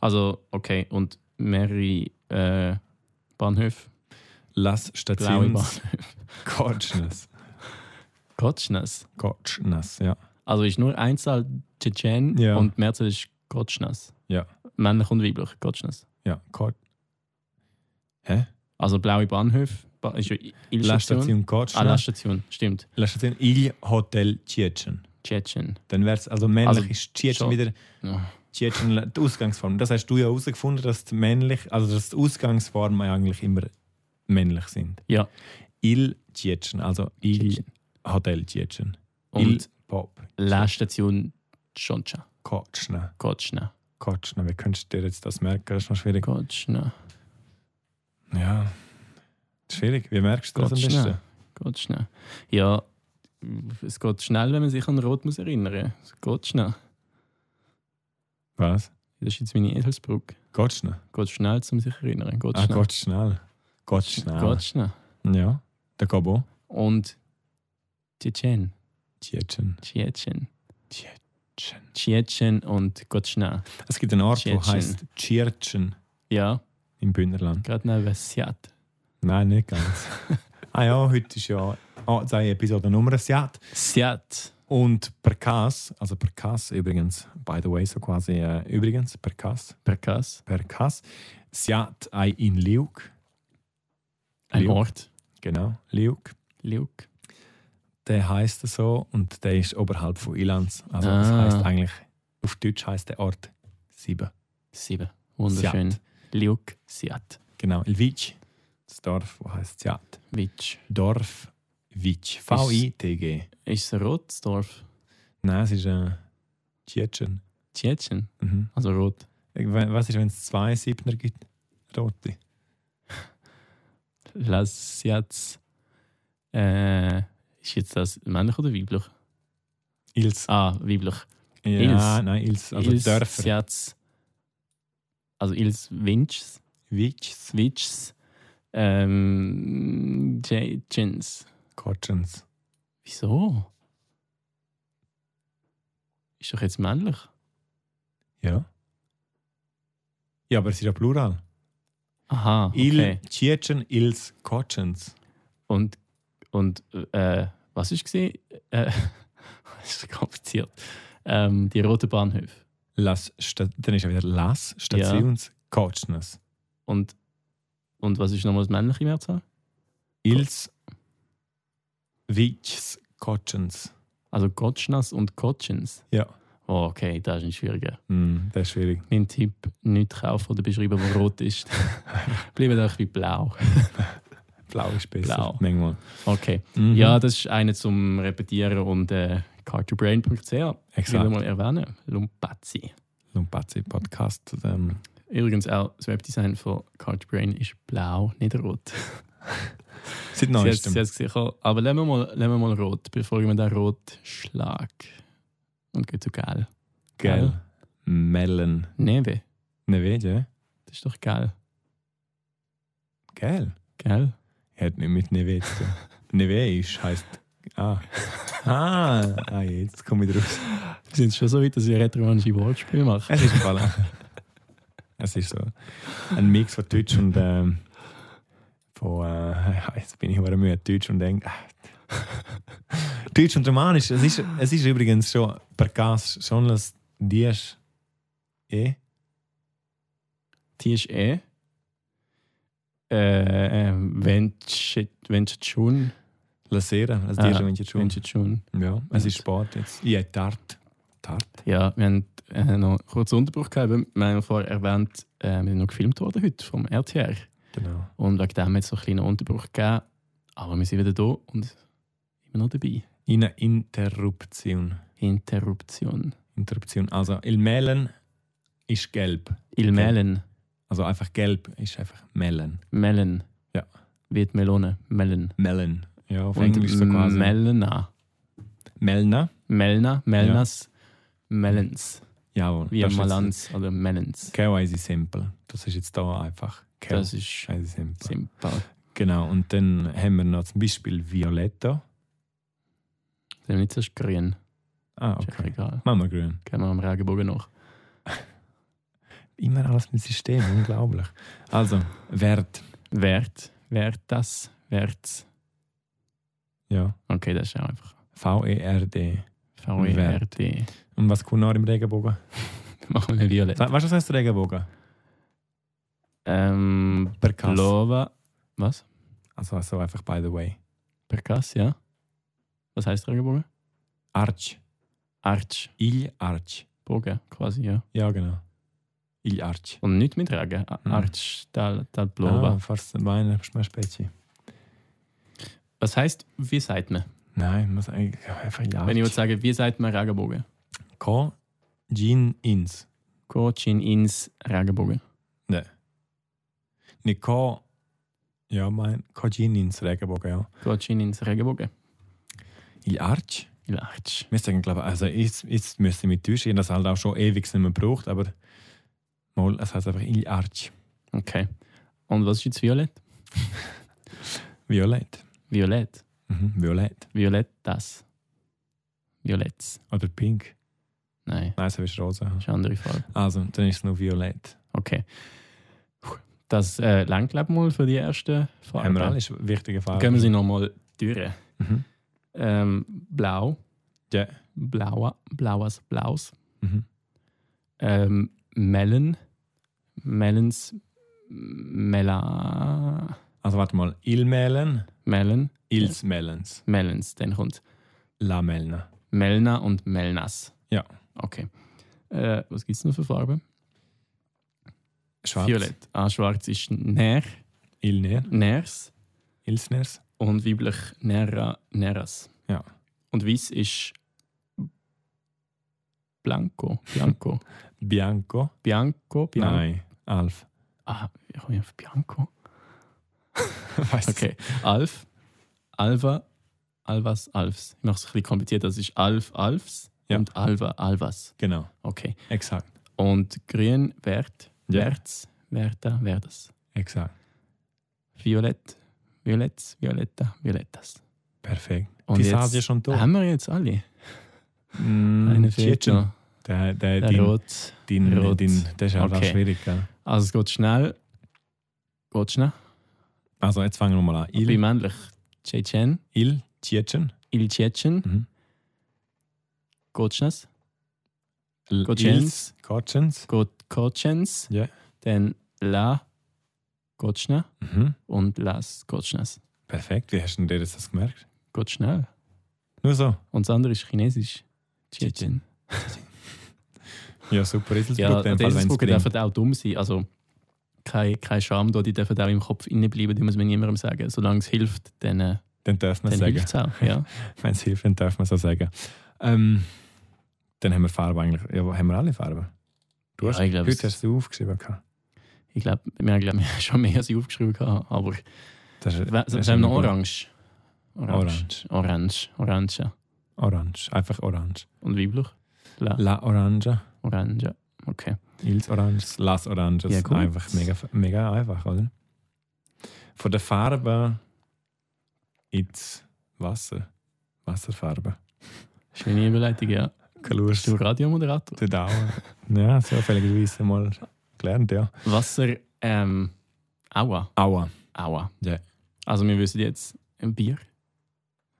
S3: Also, okay. Und mehrere äh, Bahnhöfe.
S1: Las
S3: Blaue
S1: Stations.
S3: Bahnhöfe.
S1: Kotschnes.
S3: Kotschnes.
S1: Kotschnes, ja.
S3: Also ist nur Einzahl Tschetschen
S1: Ja.
S3: und Mehrzahl ist Kotschnas.
S1: Ja.
S3: Männlich und weiblich, Kotschnas.
S1: Ja, Kot. Hä?
S3: Also blaue Bahnhöfe ba ist ja
S1: La Station
S3: Il-Station. Ah, La
S1: Kotschnes.
S3: Station, stimmt.
S1: La Station Il Hotel Tschetschen.
S3: Tschetschen.
S1: Dann wäre es also männlich,
S3: Also
S1: ist Tschetschen
S3: schon-
S1: wieder
S3: Ja.
S1: Tschetschen, die Ausgangsform. Das hast du ja herausgefunden, dass die männlich, also dass die Ausgangsformen eigentlich immer männlich sind.
S3: Ja.
S1: Il Tschetschen, also Il
S3: Tschetschen.
S1: Hotel Tschetschen. Il
S3: Und
S1: Pop.
S3: La Station Tschontscha.
S1: Kotschna.
S3: Kotschna.
S1: Kotschna. Wie könntest du dir jetzt das merken? Das ist noch schwierig.
S3: Kotschna.
S1: Ja. Schwierig. Wie merkst du das am
S3: Kotschna.
S1: besten?
S3: Kotschna. Ja, es geht schnell, wenn man sich an Rot muss erinnern muss. Kotschna.
S1: Was?
S3: Das ist jetzt meine Eselsbrücke.
S1: Kotschna.
S3: Geht schnell, um sich zu erinnern.
S1: Ah,
S3: Kotschna.
S1: Kotschnal. Kotschnal.
S3: Kotschna.
S1: Ja. Der Kobo.
S3: Und Tschetschen.
S1: Tschetschen.
S3: Tschetschen.
S1: Tschetschen.
S3: Tschetschen und Kotschna.
S1: Es gibt einen Ort, der
S3: Tschetschen.
S1: heißt Tschirtschen
S3: Ja,
S1: im Bündnerland.
S3: gerade neben Siat.
S1: Nein, nicht ganz. ah ja, heute ist ja auch zwei Episoden Nummer Siat.
S3: Siat.
S1: Und per Kass, also per Kass übrigens, by the way, so quasi äh, übrigens, per Kass,
S3: Perkas.
S1: per Kass, Siat ei in Liuk,
S3: Ein
S1: Liuk.
S3: Ort.
S1: genau, Liuk.
S3: Liuk.
S1: Der heißt so und der ist oberhalb von Ilans. Also das
S3: Ah.
S1: heißt eigentlich, auf Deutsch heißt der Ort Sieben.
S3: Sieben. Wunderschön.
S1: Siat.
S3: Liuk. Siat.
S1: Genau, Lvic, das Dorf, wo heißt Siat.
S3: Witsch.
S1: Dorf Vic, V-I-T-G.
S3: Ist es ein rotes Dorf?
S1: Nein, es ist äh, Tschetschen.
S3: Tschetschen.
S1: Mhm.
S3: Also rot.
S1: We- Was ist, wenn es zwei Siebner gibt? Rote.
S3: Lass Siat. Äh, ist jetzt das männlich oder weiblich?
S1: Ils.
S3: Ah, weiblich.
S1: Ja,
S3: Ils.
S1: nein, Ils. Also
S3: Ils
S1: Dörfer.
S3: Siats. Also Ils Winchs.
S1: Vics,
S3: Switches, ähm, J- Jins.
S1: Kotschens.
S3: Wieso? Ist doch jetzt männlich.
S1: Ja. Ja, aber es ist ja Plural.
S3: Aha, okay.
S1: Il Tschetschen, Ils, Kotschens.
S3: Und, und äh, was ist gesehen? Äh, das ist kompliziert. Ähm, die roten Bahnhöfe.
S1: Las, Sta- dann ist ja wieder Las, Stations, Kotschnes.
S3: Und, und was ist nochmal das männliche Mehrzahl?
S1: Ils, Vics, Kotschens.
S3: Also Kotschnas und Kotschins.
S1: Ja.
S3: Oh, okay, das ist ein schwieriger.
S1: Hm, das ist schwierig.
S3: Mein Tipp: nicht kaufen oder beschreiben, was rot ist. Bleiben doch wie blau.
S1: Blau ist besser.
S3: Blau.
S1: Manchmal.
S3: Okay.
S1: Mhm.
S3: Ja, das ist eine zum Repetieren und äh, cartobrain.ch. Ich will
S1: exakt.
S3: mal erwähnen. Lumpazzi.
S1: Lumpazzi Podcast. Ähm,
S3: Übrigens auch das Webdesign von Cartobrain ist blau, nicht rot.
S1: seit
S3: Sie hat sie
S1: neuestem.
S3: hat gesehen, oh, aber lassen wir, mal, lassen wir mal rot, bevor wir den rot schlag. Und geht zu geil.
S1: Gell. Melon. Ne,
S3: Neve,
S1: Nevede?
S3: das ist doch geil.
S1: Gell.
S3: Geil?
S1: Er hat nicht mit Neve zu tun. Neve ist, heisst. Ah. Ah, ah, jetzt komme ich raus.
S3: Wir sind schon so weit, dass wir retromanische Wortspiele machen.
S1: Es ist ein Fall. Es ist so ein Mix von Deutsch und. Ähm, von. Äh, jetzt bin ich aber müde. Deutsch und Englisch. Deutsch und Romanisch. Es ist, es ist übrigens schon per Cas schon das Dies. Eh?
S3: Die ist eh. Äh, äh, Venture schon.
S1: Lasera, das
S3: Ah,
S1: Dies, wenn ich jetzt Also schon.
S3: Venture schon.
S1: Ja, es ist Sport jetzt. Ja, Tart. Tart?
S3: Ja, wir haben äh, noch einen kurzen Unterbruch gehabt. eben. Wir haben vorher erwähnt, äh, wir sind noch gefilmt worden heute vom RTR.
S1: Genau.
S3: Und wegen dem hat es noch einen kleinen Unterbruch gegeben. Aber wir sind wieder da und immer noch dabei.
S1: In eine Interruption.
S3: Interruption.
S1: Interruption. Also, il Melon ist gelb.
S3: Il Melen.
S1: Also einfach gelb ist einfach Melon.
S3: Melen.
S1: Ja.
S3: Wird Melone. Melen.
S1: Melon. Ja, auf
S3: Und
S1: Englisch so quasi.
S3: Melna.
S1: Melna.
S3: Melna. Melnas. Melens.
S1: Jawohl.
S3: Wie
S1: das ist
S3: Malans oder Melens.
S1: jetzt- Kauweise Simple. Das ist jetzt da einfach.
S3: Das ist
S1: Kauweise Simple.
S3: simpel.
S1: Genau. Und dann haben wir noch zum Beispiel Violetta.
S3: Das ist nicht so grün.
S1: Ah,
S3: Ist okay.
S1: okay.
S3: egal.
S1: Mama Grün.
S3: Gehen wir am Regenbogen nach.
S1: Immer alles mit System. Unglaublich. Also, Wert.
S3: Wert. Wert das. Wert's.
S1: Ja.
S3: Okay, das ist auch einfach
S1: V-E-R-D. Wert.
S3: VERD.
S1: Und was kommt noch im Regenbogen?
S3: Machen wir Violett.
S1: Sa- Weißt du, was heißt Regenbogen?
S3: Ähm,
S1: Perkas.
S3: Lova. Was?
S1: Also, also einfach by the way.
S3: Perkas, ja. Was heißt Regenbogen?
S1: Arch.
S3: Arch.
S1: Il Arch.
S3: Bogen, quasi, ja. Ah,
S1: Ja, genau. Il Arch.
S3: Und nicht mit Regen. A-
S1: Mhm.
S3: Arch, tal, tal Lova.
S1: Ah, fast meine Schmerzpäckchen.
S3: Was heißt, wie sagt man?
S1: Nein, muss eigentlich einfach Il Arch.
S3: Wenn ich jetzt sage, wie sagt man Regenbogen?
S1: Ko, Jin, Ins.
S3: Coaching ins Regenbogen.
S1: Nicht Ko, ja, mein, Ko, Jin, Ins, Regenbogen, ja.
S3: Coaching ins Regenbogen.
S1: Il Arch?
S3: Il Arch.
S1: Wir sagen, glaube ich, also jetzt, jetzt müsste ich mich täuschen, ich habe das halt auch schon ewig nicht mehr gebraucht, aber mal, es heißt einfach Il Arch.
S3: Okay. Und was ist jetzt Violett?
S1: Violett.
S3: Violett.
S1: Mhm, Violett.
S3: Violett das. Violetts.
S1: Oder Pink.
S3: Nein,
S1: Nein, so ist rosa.
S3: das ist eine andere Farbe.
S1: Also, dann ist es nur Violett.
S3: Okay. Das äh, langt glaub mal für die erste Farbe.
S1: Haben wir alles wichtige Farben.
S3: Gehen wir sie nochmal durch.
S1: Mhm.
S3: ähm, blau,
S1: Ja.
S3: blauer, blaues, blaus,
S1: Mhm.
S3: ähm, melon, melons, mela,
S1: Also warte mal, Ilmelen,
S3: melon,
S1: Ils Melens,
S3: melons, dann kommt
S1: La Melna.
S3: melna und melnas.
S1: Ja.
S3: Okay. Äh, was gibt es noch für Farben?
S1: Schwarz.
S3: Violett. Ah, schwarz ist ner,
S1: Ilner,
S3: ners
S1: Ilsners.
S3: und weiblich nerra, nerras.
S1: Ja.
S3: Und weiß ist blanco, blanco,
S1: Bianco.
S3: bianco, bianco.
S1: Nein, Alf.
S3: Ah, ich komme auf Bianco.
S1: Weiss
S3: Okay. Alf, Alva, Alvas, Alfs. Ich mache es ein bisschen kompliziert. Das ist Alf, Alfs
S1: Ja.
S3: und Alva, Alvas.
S1: Genau,
S3: Okay.
S1: exakt.
S3: Und grün, Wert,
S1: Ja.
S3: Werts, Werta, Verdes.
S1: Exakt.
S3: Violett, Violetts, Violetta, Violettas.
S1: Perfekt.
S3: Und
S1: die
S3: jetzt
S1: sind ja schon tot.
S3: haben wir jetzt alle.
S1: Mm,
S3: Eine fehlt
S1: Tschetschen.
S3: noch.
S1: Der, der,
S3: Der
S1: dein,
S3: Rot.
S1: dein,
S3: Rot.
S1: dein, das ist einfach
S3: Okay.
S1: schwierig, gell?
S3: Also es geht schnell. Geht schnell.
S1: Also jetzt fangen wir mal an.
S3: Ich bin
S1: Il,
S3: männlich. Tschetschen.
S1: Il Tschetschen.
S3: Il Tschetschen.
S1: Mhm.
S3: Geht schnell.
S1: L-
S3: Gotschens.
S1: Ils Gotschens.
S3: Got- Kotschens,
S1: Ja.
S3: dann La Kotschna
S1: Mhm.
S3: und Las Kotschnas.
S1: Perfekt. Wie hast du dir das gemerkt?
S3: Geht schnell.
S1: Nur so.
S3: Und das andere ist Chinesisch. Tschetschen.
S1: Ja, super. Eselsbrücke,
S3: Ja,
S1: in dem Fall, wenn's
S3: Eselsbrücken
S1: bringt.
S3: dürfen auch dumm sein. Also kein, kein Scham da, die dürfen auch im Kopf innebleiben, die muss man niemandem sagen. Solange es hilft, dann, äh,
S1: Dann darf man
S3: dann
S1: sagen.
S3: hilft es auch. Ja.
S1: Wenn es hilft, dann darf man so sagen. Ähm, dann haben wir Farben eigentlich. Ja, haben wir alle Farben? Du
S3: Ja,
S1: hast,
S3: ich glaub, es-
S1: heute hast du aufgeschrieben. gehabt.
S3: Ich glaube, wir haben glaub, wir haben schon mehr als ich aufgeschrieben gehabt, aber
S1: Das ist,
S3: we-
S1: das ist
S3: sind wir noch
S1: immer gut.
S3: orange. Orange. Orange. Orange. ja.
S1: Orange. Einfach orange.
S3: Und weiblich? La.
S1: La Orange.
S3: Orange. ja. Okay.
S1: Ils Oranges, Las Oranges.
S3: Ja, gut.
S1: einfach mega, mega einfach, oder? Von der Farbe ins Wasser. Wasserfarbe.
S3: Schöne Überleitung, ja.
S1: Keine
S3: Bist du
S1: Lust.
S3: Radiomoderator?
S1: Der Dauer. ja, zufälligerweise mal gelernt, ja.
S3: Wasser, ähm, Aua,
S1: Aua.
S3: Aua.
S1: Ja.
S3: Also wir wissen jetzt ein Bier,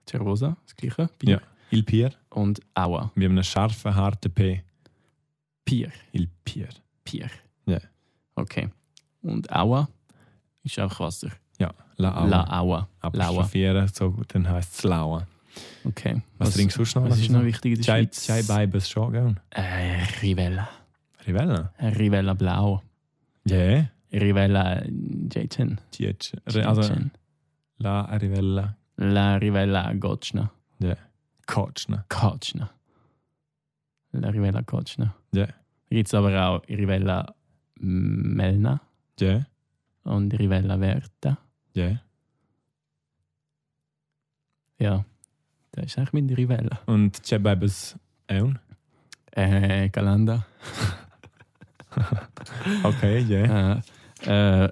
S3: Cervosa, das gleiche, Bier.
S1: Il Pier.
S3: Und Aua,
S1: Mit einem scharfen, harten P.
S3: Pier,
S1: Il Pier.
S3: Pier.
S1: Ja.
S3: Okay. Und Aua ist einfach Wasser.
S1: Ja, La Aua.
S3: La Aua.
S1: Apostrophieren, so, dann heisst es Laua.
S3: Okay.
S1: Was, trinkst du sonst noch?
S3: Was ist noch wichtig in der
S1: Chai,
S3: Schweiz?
S1: Chai Beibes schon, gell?
S3: äh, Rivella.
S1: Rivella?
S3: Rivella Blau.
S1: Ja. Yeah.
S3: Rivella Jaten.
S1: Also, La Rivella.
S3: La Rivella Gotschna.
S1: Kotschne.
S3: Kotschner. La Rivella Kotschner.
S1: Ja.
S3: Da gibt es aber auch Rivella Melna
S1: Ja.
S3: und Rivella Verta.
S1: Ja.
S3: Ja, das ist eigentlich mit Rivella.
S1: Und Chai Beibes Own.
S3: Äh, Galanda.
S1: Okay, ja.
S3: Äh, äh,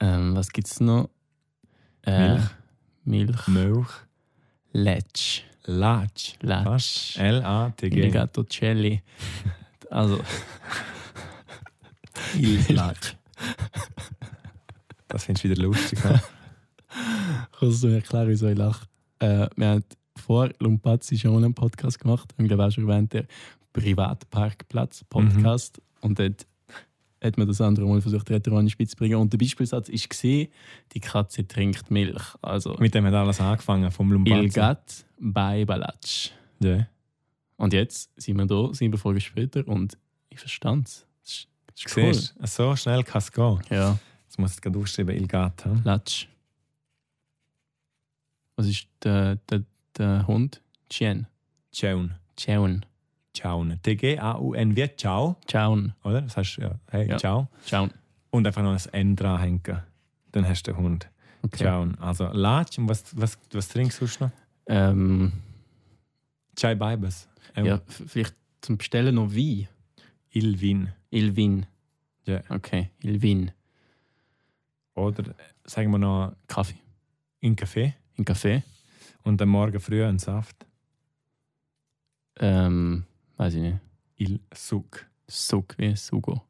S3: ähm, was gibt es noch? Äh,
S1: Milch.
S3: Milch.
S1: Milch.
S3: Letsch.
S1: Latsch.
S3: Latsch.
S1: Fast. L-A-T-G.
S3: Indigato Celli. Also,
S1: Il Latsch. Das findest du wieder lustig, ne?
S3: kannst du mir erklären, wieso ich lache? Äh, wir haben vor Lumpazzi schon mal einen Podcast gemacht. Wir haben, glaube ich, auch schon erwähnt, der Privatparkplatz-Podcast. Und dort hat man das andere Mal versucht, rhetorisch Spitz zu bringen. Und der Beispielsatz war, die Katze trinkt Milch. Also,
S1: Mit dem hat alles angefangen, vom Lumbazi.
S3: Il gat bei Balatsch.
S1: Ja.
S3: Und jetzt sind wir da, sieben Folgen später, und ich verstand es. Das ist- das ist cool.
S1: Siehst du, so schnell kann es gehen.
S3: Ja,
S1: Jetzt muss ich gerade aufschreiben, Il Gat. hm?
S3: Latsch. Was ist der, der, der Hund? Chien.
S1: Ciaun.
S3: Cheon.
S1: Ciaun. T-G-A-U-N wie Ciao,
S3: Chaun.
S1: oder? Das heißt, ja, hey,
S3: Ja.
S1: Ciao.
S3: Chaun.
S1: Und einfach noch ein N dranhängen. Dann hast du den Hund.
S3: Okay.
S1: Ciaun. Also Latsch. Und was, was, was trinkst du sonst noch?
S3: Ähm,
S1: Chai Beibes. Ähm,
S3: ja, f- vielleicht zum Bestellen noch Wein.
S1: Il Win.
S3: Ilvin.
S1: Ja.
S3: Okay, Ilvin.
S1: Oder äh, sagen wir noch
S3: Kaffee.
S1: in Kaffee.
S3: Ein Kaffee.
S1: Und dann morgen früh einen Saft.
S3: Ähm, weiß ich nicht.
S1: Il Suc.
S3: Suk, wie Sugo.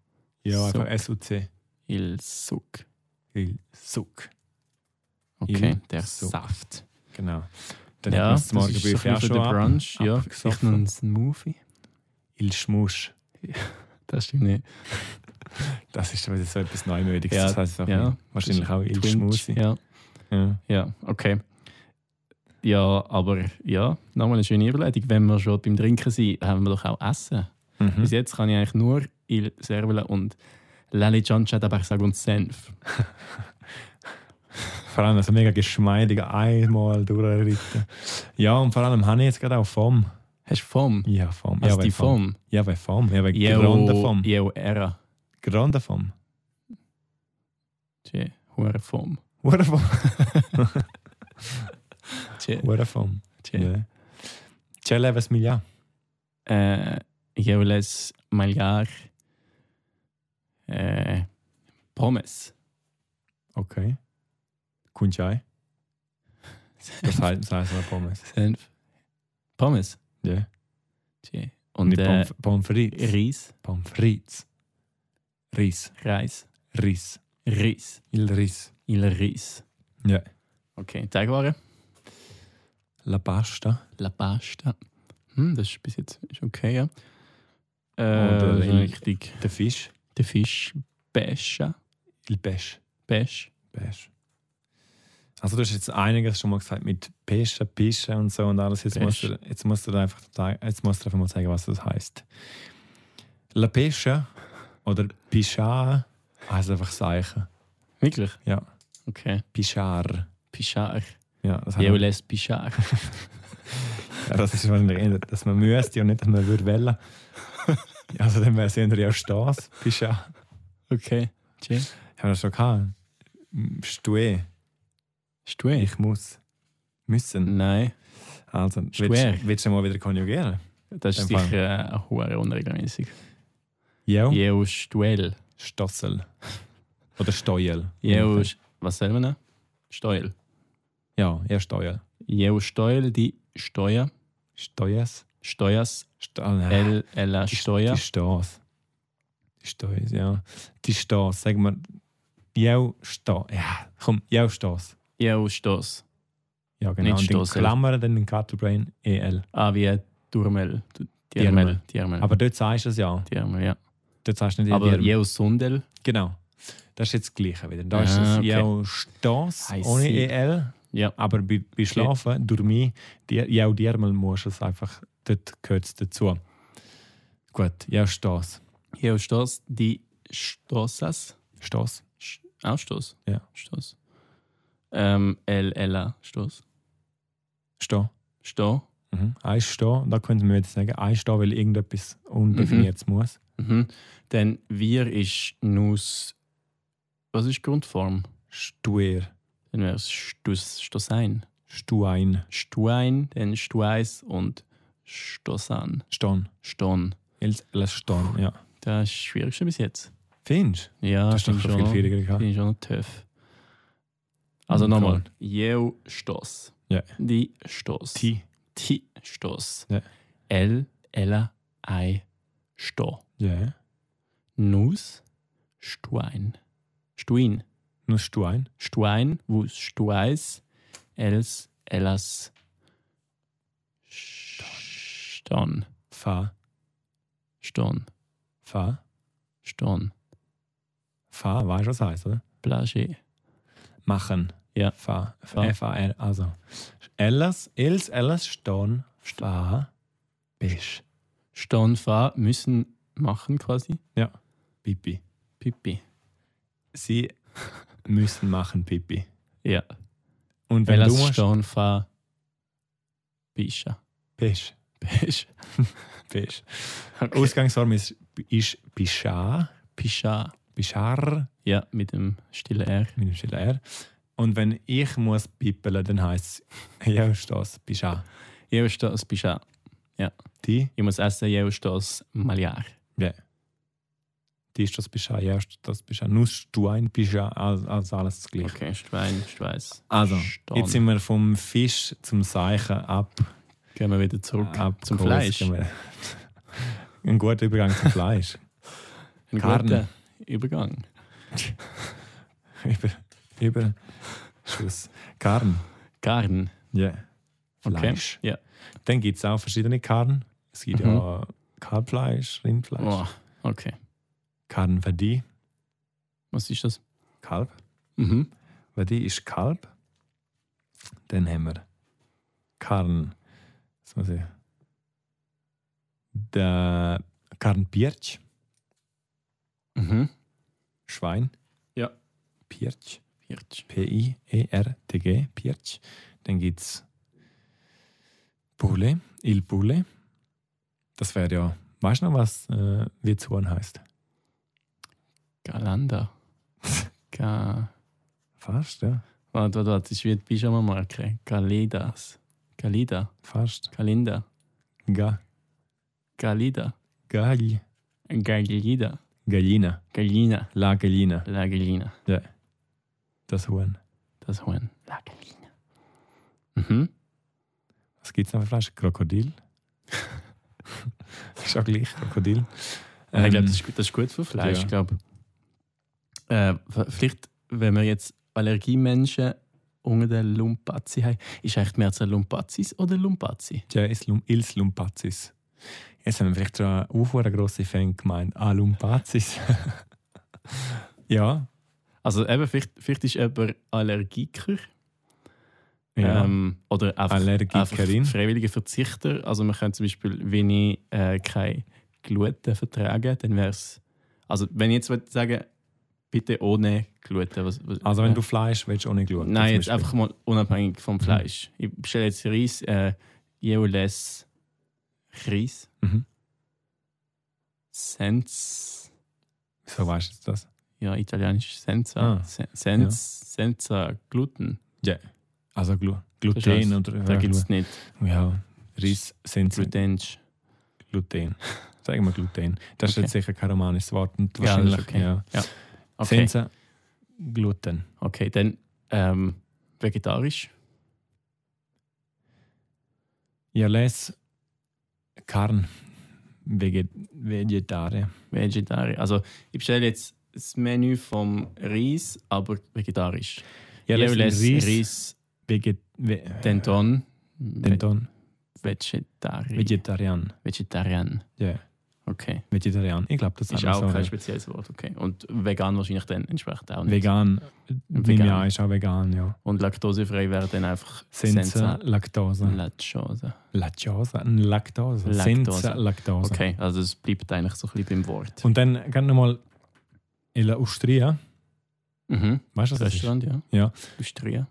S1: Ja, einfach
S3: Suc.
S1: S-U-C.
S3: Il Suk.
S1: Il Suc.
S3: Okay,
S1: Il
S3: der
S1: Suk.
S3: Saft.
S1: Genau. Dann
S3: ja,
S1: hat man das
S3: das
S1: morgen
S3: ist so
S1: bei
S3: viel
S1: auch
S3: für
S1: schon
S3: den
S1: ab.
S3: Brunch. Ja, vielleicht noch
S1: abgesoffen.
S3: ein Smoothie.
S1: Il Schmusch.
S3: Das stimmt nicht.
S1: Das ist schon wieder so etwas Neumödiges.
S3: Ja,
S1: das heißt auch
S3: ja.
S1: nicht. wahrscheinlich auch Il
S3: Twinch,
S1: Schmusch.
S3: Ja,
S1: Ja.
S3: ja, okay. Ja, aber ja, nochmal eine schöne Überleitung. Wenn wir schon beim Trinken sind, haben wir doch auch Essen.
S1: Mhm.
S3: Bis jetzt kann ich eigentlich nur Il Servola und Lali Ciancia da Barsag und Senf.
S1: Vor allem so mega geschmeidig einmal durchritten. Ja, und vor allem habe ich jetzt gerade auch Form.
S3: Hast du Form?
S1: Ja, Form.
S3: Hast
S1: ja,
S3: du
S1: weil
S3: die
S1: Form.
S3: Form?
S1: Ja, bei Form. Ja, bei Grande
S3: Jeo
S1: Form.
S3: Jeo Era.
S1: Grande Form.
S3: Tje, hure Form.
S1: Hure Form.
S3: Tje,
S1: Hure Form.
S3: tje.
S1: Ja. C'è leves Miglia.
S3: Äh, Jeo Les Malgar. Äh, Pommes.
S1: Okay. Kunchai. Das halten sie also Pommes.
S3: Senf. Pommes.
S1: Ja.
S3: Tje.
S1: Und
S3: Und
S1: die
S3: äh,
S1: Pommes- Pommes frites.
S3: Reis.
S1: Pommes frites. Ris.
S3: Reis.
S1: Ris.
S3: Reis.
S1: Il ris.
S3: Il Reis.
S1: Ja.
S3: Okay, Teigwaren.
S1: La pasta.
S3: La Pasta. Hm, das ist bis jetzt ist okay, ja. Äh,
S1: Oder
S3: das ist
S1: il-
S3: richtig.
S1: Der Fisch.
S3: Der Fisch. Pescha.
S1: Il pesce.
S3: Pesch.
S1: Pesch. Also du hast jetzt einiges schon mal gesagt mit Pesche, Pische und so und alles. Jetzt,
S3: Pesch.
S1: musst du, jetzt, musst du dir einfach, zei- jetzt musst du einfach mal zeigen, was das heißt. La Pesche oder Pischar heißt einfach Seichen.
S3: Wirklich?
S1: Ja.
S3: Okay.
S1: Pischar.
S3: Pichar.
S1: Ja, das, hat,
S3: Jeo Les Pichar.
S1: ja, das ist wahrscheinlich eher, dass man müsste und nicht, dass man würde wählen. Also dann wäre es eher ja Stas, Pischar.
S3: Okay. Tschö.
S1: Haben wir das schon gehabt? M- Stue,
S3: Stuer?
S1: ich muss. Müssen.
S3: Nein.
S1: Also, willst,
S3: Hm. Stue.
S1: willst du mal wieder konjugieren?
S3: Das ist
S1: Dann fang.
S3: sicher äh, hure unregelmäßig.
S1: Ja.
S3: Jeo Stuel.
S1: Stossel. Oder Steuel.
S3: Jeo. Was soll man nennen? Steuel.
S1: Ja, eher Steuel.
S3: Jeo Steuel, die Steuer.
S1: Steuers.
S3: Steuers.
S1: St ah, nein.
S3: L. L.
S1: Die-
S3: Steuer.
S1: Die Stas. Die Steuers, ja. Die Stas, sagen wir. Jau Stas. Ja, komm, Jau Stas.
S3: Jeo Stoss.
S1: Ja, genau.
S3: Nicht
S1: Und in
S3: Stossel.
S1: Klammern dann in E Cartelbrain EL.
S3: Ah, wie Durmel. Dirmel.
S1: Dirmel.
S3: Dirmel.
S1: Aber dort sagst du es ja.
S3: Dirmel, ja.
S1: Dort sagst du nicht
S3: Mhm. Aber
S1: Dirmel.
S3: Jeo Sundel.
S1: Genau. Das ist jetzt das Gleiche wieder. Da
S3: Ah,
S1: ist es
S3: okay.
S1: Jau Stas
S3: I
S1: ohne E
S3: see.
S1: EL.
S3: Ja.
S1: Aber bei, bei Schlafen, durch mich, die, ja auch Dirmel musst du es einfach, dort gehört es dazu. Gut, ja, Stoss.
S3: Jeo Stoss, die Stossas.
S1: Stoss.
S3: Sch- Auch Stoß?
S1: Ja.
S3: Stoß. Ähm, L, Ella, Stoß.
S1: Stehen.
S3: Sto.
S1: Mhm. Eins stehen, da könnte man jetzt sagen, eins stehen, weil irgendetwas undefiniert muss.
S3: Mhm. Dann wir ist Nus. Was ist die Grundform?
S1: Stuer.
S3: Dann wäre es Stus, Stosein.
S1: Stuein.
S3: Stuein, dann Stueis und Stosan.
S1: Stehen.
S3: Ston.
S1: Els- Lass stehen, ja.
S3: Das ist das Schwierigste bis jetzt.
S1: Findest
S3: Ja,
S1: du? Das ist
S3: finde
S1: doch
S3: ich
S1: schon viel
S3: schon,
S1: schwieriger.
S3: finde
S1: gehabt.
S3: ich schon noch töff. Also
S1: Mhm,
S3: nochmal. Jeu Stoss.
S1: Ja.
S3: Die Stoss.
S1: Ti.
S3: Ti Stoss.
S1: Ja.
S3: L, Ella, Ei, Sto.
S1: Ja.
S3: Nus, Stuein. Stuin.
S1: Nur Stuein.
S3: Stuein, Wus, Stueis, Els, Ellas, Ston.
S1: Fa.
S3: Ston.
S1: Fa.
S3: Ston.
S1: Fa. Weißt du, was heißt, oder?
S3: Plage.
S1: Machen.
S3: Ja.
S1: Fa.
S3: Fa.
S1: F-A-R. Also. Ellas, Els, Ellas, stehen. Fa. Bisch.
S3: Ston, Fa, müssen machen quasi.
S1: Pipi.
S3: Pipi.
S1: Sie müssen machen Pipi.
S3: Ja.
S1: Und wenn du
S3: Ellas,
S1: musst,
S3: Ston, Fa, Bisha.
S1: Bisch.
S3: Bisch.
S1: Bisch.
S3: Okay.
S1: Ausgangsform ist, ist Bischar.
S3: Bisha.
S1: Bischar
S3: Ja, mit dem stillen R.
S1: mit dem stillen R. Und wenn ich muss pippeln, dann heisst es, ja, ist das, Bischar.
S3: Jeu Stoss, Bisha.
S1: Die,
S3: Ich muss essen, Jeu Stoss, Maliar.
S1: die ist das Bischar, ja, ist das Bischar. Nuss, du ein Bischar, also, also alles das Gleiche.
S3: Okay, Schwein, Schweiß.
S1: Also,
S3: Ston.
S1: jetzt sind wir vom Fisch zum Seichen ab.
S3: Gehen wir wieder zurück
S1: ab
S3: Ah, zum
S1: Kurs
S3: Fleisch.
S1: Ah, gehen wir. Ein guter Übergang zum Fleisch.
S3: Ein
S1: Karne.
S3: guter Übergang.
S1: über, über, Schuss. Karn,
S3: Garn.
S1: ja. Fleisch.
S3: ja.
S1: Dann gibt es auch verschiedene Karten. Es gibt
S3: Mhm.
S1: ja Kalbfleisch, Rindfleisch,
S3: Oh, okay.
S1: Karten Verdi,
S3: Was ist das?
S1: Kalb.
S3: Mhm.
S1: Verdi ist Kalb. Dann haben wir Karten, was muss ich, der Karten Pirch,
S3: Mhm.
S1: Schwein.
S3: Ja.
S1: Pirch.
S3: Hirsch.
S1: P-I-E-R-T-G, Pirch. Dann gibt es Poulet, Il Poulet. Das wäre ja, weißt du noch, was äh, Wirtshuhn heißt?
S3: Galanda. Ga
S1: Fast, ja.
S3: warte, warte, warte. Ich werde Pyjama-Marke. Galidas. Galida.
S1: Fast.
S3: Galinda.
S1: Ga,
S3: Galida.
S1: Gall,
S3: Galida.
S1: Gallina.
S3: Galina.
S1: La Gallina,
S3: La Galina.
S1: das Huhn.
S3: Das Huhn. La Galina. Mhm.
S1: Was gibt es noch für Fleisch? Krokodil. ist auch gleich, Krokodil.
S3: Ja, Ah, ich glaube,
S1: Ähm,
S3: das, ist gut- das ist gut für Fleisch.
S1: ja.
S3: Ich glaube, äh, v- vielleicht, wenn wir jetzt Allergiemenschen unter den Lumpazi haben, ist eigentlich die Mehrzahl Lumpazis oder Lumpazi?
S1: Ja, ist Lum, Ils Lumpazis. Jetzt haben wir vielleicht schon auch einen grossen Fan gemeint. Ah, Lumpazis. ja.
S3: Also eben, vielleicht, vielleicht ist jemand Allergiker
S1: ja.
S3: ähm, oder einfach, einfach
S1: Allergikerin.
S3: freiwilliger Verzichter. Also man könnte zum Beispiel, wenn ich äh, kein Gluten vertrage, dann wäre es... Also wenn ich jetzt würde sagen bitte ohne Gluten. Was, was, äh,
S1: Also wenn du Fleisch willst, ohne Gluten.
S3: Nein,
S1: zum
S3: jetzt
S1: Beispiel. Mhm.
S3: einfach mal unabhängig vom Fleisch. Ich bestelle jetzt Reis, äh, Jeoles Reis,
S1: Mhm.
S3: Senz,
S1: So weißt du das?
S3: ja, italienisch Senza,
S1: Ah,
S3: Se- Senz, Senza Gluten.
S1: Also Glu
S3: ist
S1: Gluten
S3: alles.
S1: oder
S3: Da
S1: ja,
S3: gibt es nicht
S1: Glu- Ja, Reis sind sie-
S3: Gluten.
S1: Gluten. Sagen wir Gluten. Das
S3: Okay.
S1: ist jetzt sicher kein romanisches Wort. Und
S3: Ja, das ist
S1: wahrscheinlich,
S3: okay.
S1: ja.
S3: Okay,
S1: Sind sie Gluten.
S3: okay dann ähm, vegetarisch.
S1: Ja, les Karn. Veget Vegetarier.
S3: Vegetarisch. Also ich bestelle jetzt das Menü vom Reis, aber vegetarisch.
S1: Ja, les
S3: Jeoles
S1: Reis.
S3: Reis,
S1: Reis Veget Ve
S3: Denton,
S1: Denton.
S3: Vegetarisch.
S1: Vegetarian.
S3: Vegetarian.
S1: Ja,
S3: Okay.
S1: Vegetarian. Ich glaube, das
S3: Ist
S1: sagt
S3: auch
S1: man so,
S3: kein
S1: ja.
S3: spezielles Wort, okay. Und vegan wahrscheinlich dann entsprechend auch nicht.
S1: Vegan.
S3: Vegan.
S1: Vegan. Ja, ist auch vegan, ja.
S3: Und laktosefrei wäre dann einfach
S1: Senza
S3: Senza
S1: Laktose.
S3: Lactose.
S1: Laktose, Laktose,
S3: Laktose.
S1: senza Laktose.
S3: Okay, also es bleibt eigentlich so ein bisschen beim Wort.
S1: Und dann gehen wir mal in la Austria.
S3: Mhm.
S1: Weißt du, was das ist?
S3: Restaurant, ja.
S1: Ja.
S3: Austria.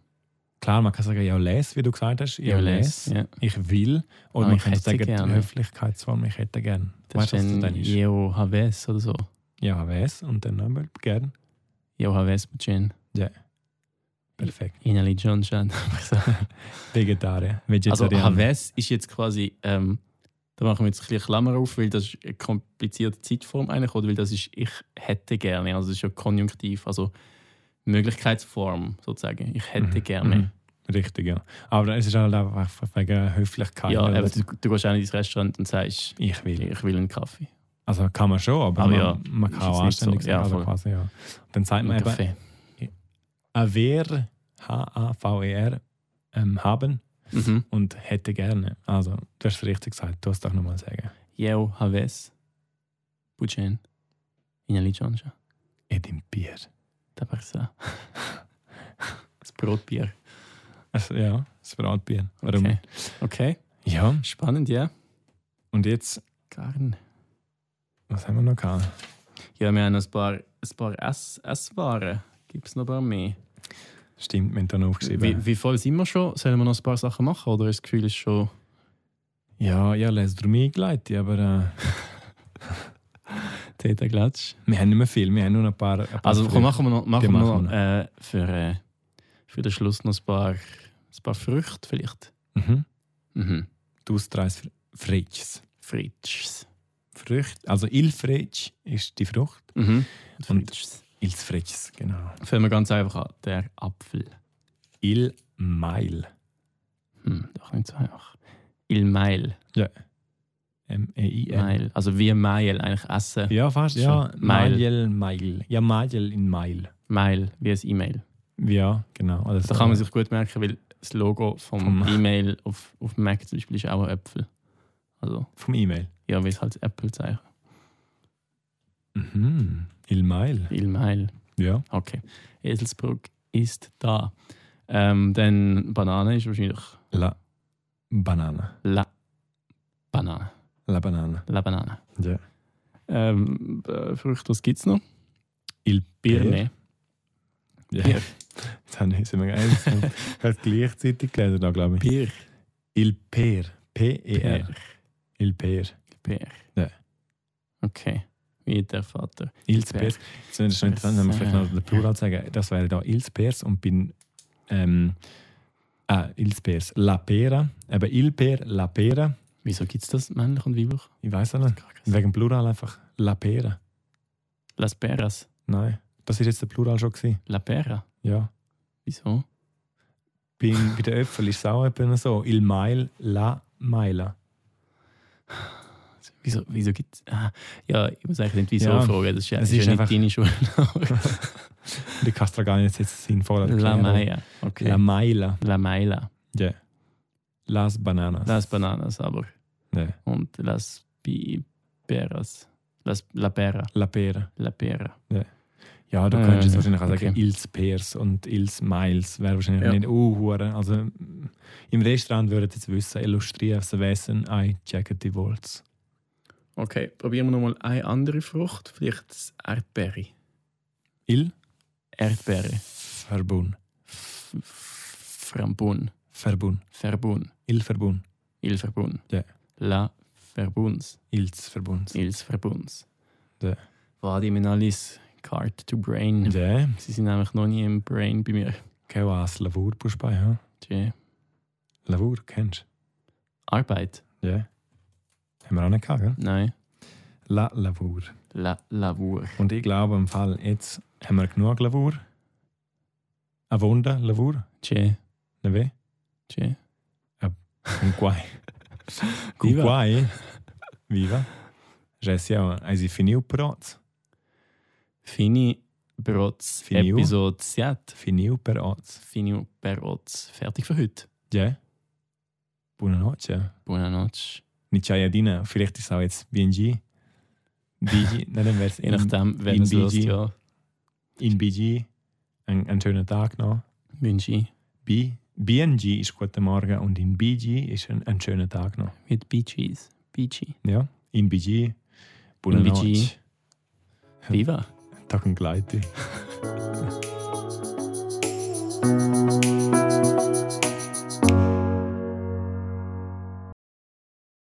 S1: Klar, man kann sagen, ja, les, wie du gesagt hast. Ja, les.
S3: Ja.
S1: Ich will. Oder
S3: Ah,
S1: man
S3: ich
S1: kann
S3: hätte
S1: sagen, die
S3: gerne.
S1: Höflichkeitsform, ich hätte gern. weißt
S3: Das
S1: du, was das
S3: ist dann
S1: dann ist?
S3: Jeo Haves oder so.
S1: Ja, les und dann nochmal gern.
S3: Jeo Haves mit Jen.
S1: Perfekt.
S3: Inali John Jan.
S1: Vegetarier.
S3: Also
S1: Vegetarier.
S3: Haves ist jetzt quasi, ähm, da machen wir jetzt ein bisschen Klammer auf, weil das ist eine komplizierte Zeitform eigentlich, oder weil das ist ich hätte gerne, also das ist ja konjunktiv, also Möglichkeitsform sozusagen, ich hätte
S1: Mhm.
S3: gerne.
S1: Mhm. Richtig, ja. Aber es ist halt einfach wegen Höflichkeit.
S3: Ja,
S1: oder?
S3: aber du, du gehst auch nicht ins Restaurant und sagst,
S1: ich will.
S3: ich will einen Kaffee.
S1: Also kann man schon, aber,
S3: Aber
S1: man,
S3: ja,
S1: man kann
S3: ist jetzt
S1: auch anständig
S3: nicht so.
S1: sein.
S3: Ja,
S1: also
S3: voll.
S1: quasi, ja. Dann sagt
S3: Einen
S1: man eben,
S3: Kaffee.
S1: Aver, H-A-V-E-R, E ähm, haben
S3: Mhm.
S1: und hätte gerne. Also, du hast es richtig gesagt, du hast doch nochmal sagen.
S3: Jeo Haves. Buchen. Ineligenza.
S1: In dem Bier.
S3: Tabarsa. Das Brotbier.
S1: Also, ja, das Bratbier. Warum?
S3: Okay. okay.
S1: Ja,
S3: Spannend, ja.
S1: und jetzt,
S3: Garn.
S1: was haben wir noch gehabt?
S3: Ja, wir haben noch ein paar, ein paar Ess Esswaren. Gibt es noch ein paar mehr?
S1: Stimmt, wir haben da noch aufgeschrieben.
S3: Wie, wie voll sind wir schon? Sollen wir noch ein paar Sachen machen? Oder ist das Gefühl ist schon.
S1: Ja, ja, les drum eingeleitet, aber äh,
S3: Täter Glatsch?
S1: wir haben nicht mehr viel, wir haben nur noch ein paar. Ein paar
S3: Also komm,
S1: Früchte.
S3: machen wir noch, machen
S1: Die
S3: wir
S1: machen
S3: noch äh, für, äh, für den Schluss noch ein paar, ein paar Früchte vielleicht.
S1: Mhm.
S3: Mhm.
S1: Du streist Fritschs.
S3: Fritschs.
S1: Früchte, also Il Fritsch ist die Frucht.
S3: Mhm.
S1: Und-
S3: Fritschs.
S1: Il Fritschs, genau.
S3: Fangen wir ganz einfach an. Der Apfel.
S1: Il Meil.
S3: Hm, doch nicht so einfach. Il Meil.
S1: E M-E-I-L.
S3: Meil. Also wie Meil eigentlich essen.
S1: Ja, fast.
S3: Schon.
S1: Ja,
S3: Meil.
S1: Mail, Mail. Ja, Mail in Mail.
S3: Meil, wie ein E-Mail.
S1: Ja, genau. Oder
S3: Da
S1: so.
S3: kann man sich gut merken, weil das Logo vom
S1: Vom-
S3: E-Mail auf, auf Mac zum Beispiel ist auch ein Äpfel. Also,
S1: Vom E-Mail.
S3: ja, wie es halt das Apple-Zeichen.
S1: Mhm. Il Mail.
S3: E-Mail.
S1: Ja.
S3: Okay. Eselsbrück ist da. Ähm, dann Banane ist wahrscheinlich
S1: La Banana.
S3: La Banane.
S1: La Banana.
S3: La Banane.
S1: Ja.
S3: Ähm, äh, Früchte, was gibt es noch?
S1: Il
S3: Birne.
S1: Ja.
S3: Bier.
S1: Jetzt haben wir uns immer eins. Hat gleichzeitig gelernt, da, glaube ich.
S3: Bier.
S1: Il Per. P-E-R. Il Per.
S3: Bier.
S1: Nein.
S3: Okay. Wie der Vater.
S1: Ils
S3: Per.
S1: Pers. Das ist schon interessant, wenn wir vielleicht noch den Plural sagen. Das wäre da Ils Pers und bin. Ähm, ah, Ils Pers. La Pera. Aber Il Per, La Pera.
S3: Wieso gibt es das männlich und weiblich?
S1: Ich weiß auch nicht. Wegen Plural einfach. La Pera.
S3: Las Peras.
S1: Nein. Das ist jetzt der Plural schon. Gewesen.
S3: La Pera.
S1: Ja.
S3: Wieso?
S1: Bin, bei den Äpfeln ist es auch etwa so. Il Mail, La Maila.
S3: Wieso, wieso gibt es. Ah, ja, ich muss eigentlich nicht wieso
S1: Ja,
S3: fragen, das ist, ja-
S1: es
S3: ist
S1: ist
S3: ja
S1: einfach-
S3: nicht deine Schule.
S1: Die Castra gar nicht jetzt sinnvoll.
S3: La Maya.
S1: La
S3: Okay.
S1: Maila.
S3: La Maila.
S1: Ja. Las Bananas.
S3: Las Bananas aber.
S1: Nein.
S3: Und Las Bi- Peras. Las La Pera.
S1: La Pera.
S3: La Pera.
S1: Ja, du
S3: Äh,
S1: könntest jetzt wahrscheinlich auch sagen,
S3: okay.
S1: Ils Pears und Ils Miles wäre wahrscheinlich
S3: Ja.
S1: nicht uh, hure. Also mm, im Restaurant würdet ihr jetzt wissen, illustriert Wesen, I jacket die Waltz.
S3: Okay, probieren wir nochmal eine andere Frucht. Vielleicht das Erdbeere.
S1: Il
S3: Erdbeere.
S1: Verbun.
S3: F- F- Frambun.
S1: Verbun.
S3: Verbun.
S1: Il Verbun.
S3: Il Verbun.
S1: Ja.
S3: La Verbuns.
S1: Ils Verbun.
S3: Ils Verbuns.
S1: Ja.
S3: War die Menalis Card to Brain.
S1: Ja,
S3: Sie sind nämlich noch nie im Brain bei mir.
S1: kein was Lavour bei, ja.
S3: Tja.
S1: Lavour, kennst
S3: Arbeit?
S1: du? Ja. Haben wir auch nicht gehabt, gell?
S3: Nein.
S1: La Lavour.
S3: La Lavour.
S1: Und ich glaube im Fall, jetzt haben wir genug Lavour. Eine Wunde, Lavour,
S3: Tja.
S1: ne weh?
S3: Tja.
S1: Un guai. Un
S3: Viva.
S1: guai. Viva. Also Já se é, aí finiu perot.
S3: Fini Brotz
S1: Finiu.
S3: Episode 7.
S1: Finiu perot.
S3: Finiu per Otz. Fertig für heute.
S1: Já? Boa noite.
S3: Buona notte.
S1: Nichayadina, vielleicht ist auch jetzt BNG. BG, nein, dann wäre es
S3: Je
S1: in,
S3: nachdem, wenn
S1: in
S3: es hört,
S1: BG.
S3: ja.
S1: in BG. Ein, ein schöner Tag noch.
S3: Wünsche ich.
S1: B, BNG ist guten Morgen und in BG ist ein, ein schöner Tag noch.
S3: Mit Bee Gees. Bee Gees.
S1: Ja? In BG. Boa
S3: In BG.
S1: noite.
S3: Viva.
S1: Tag und Gleite.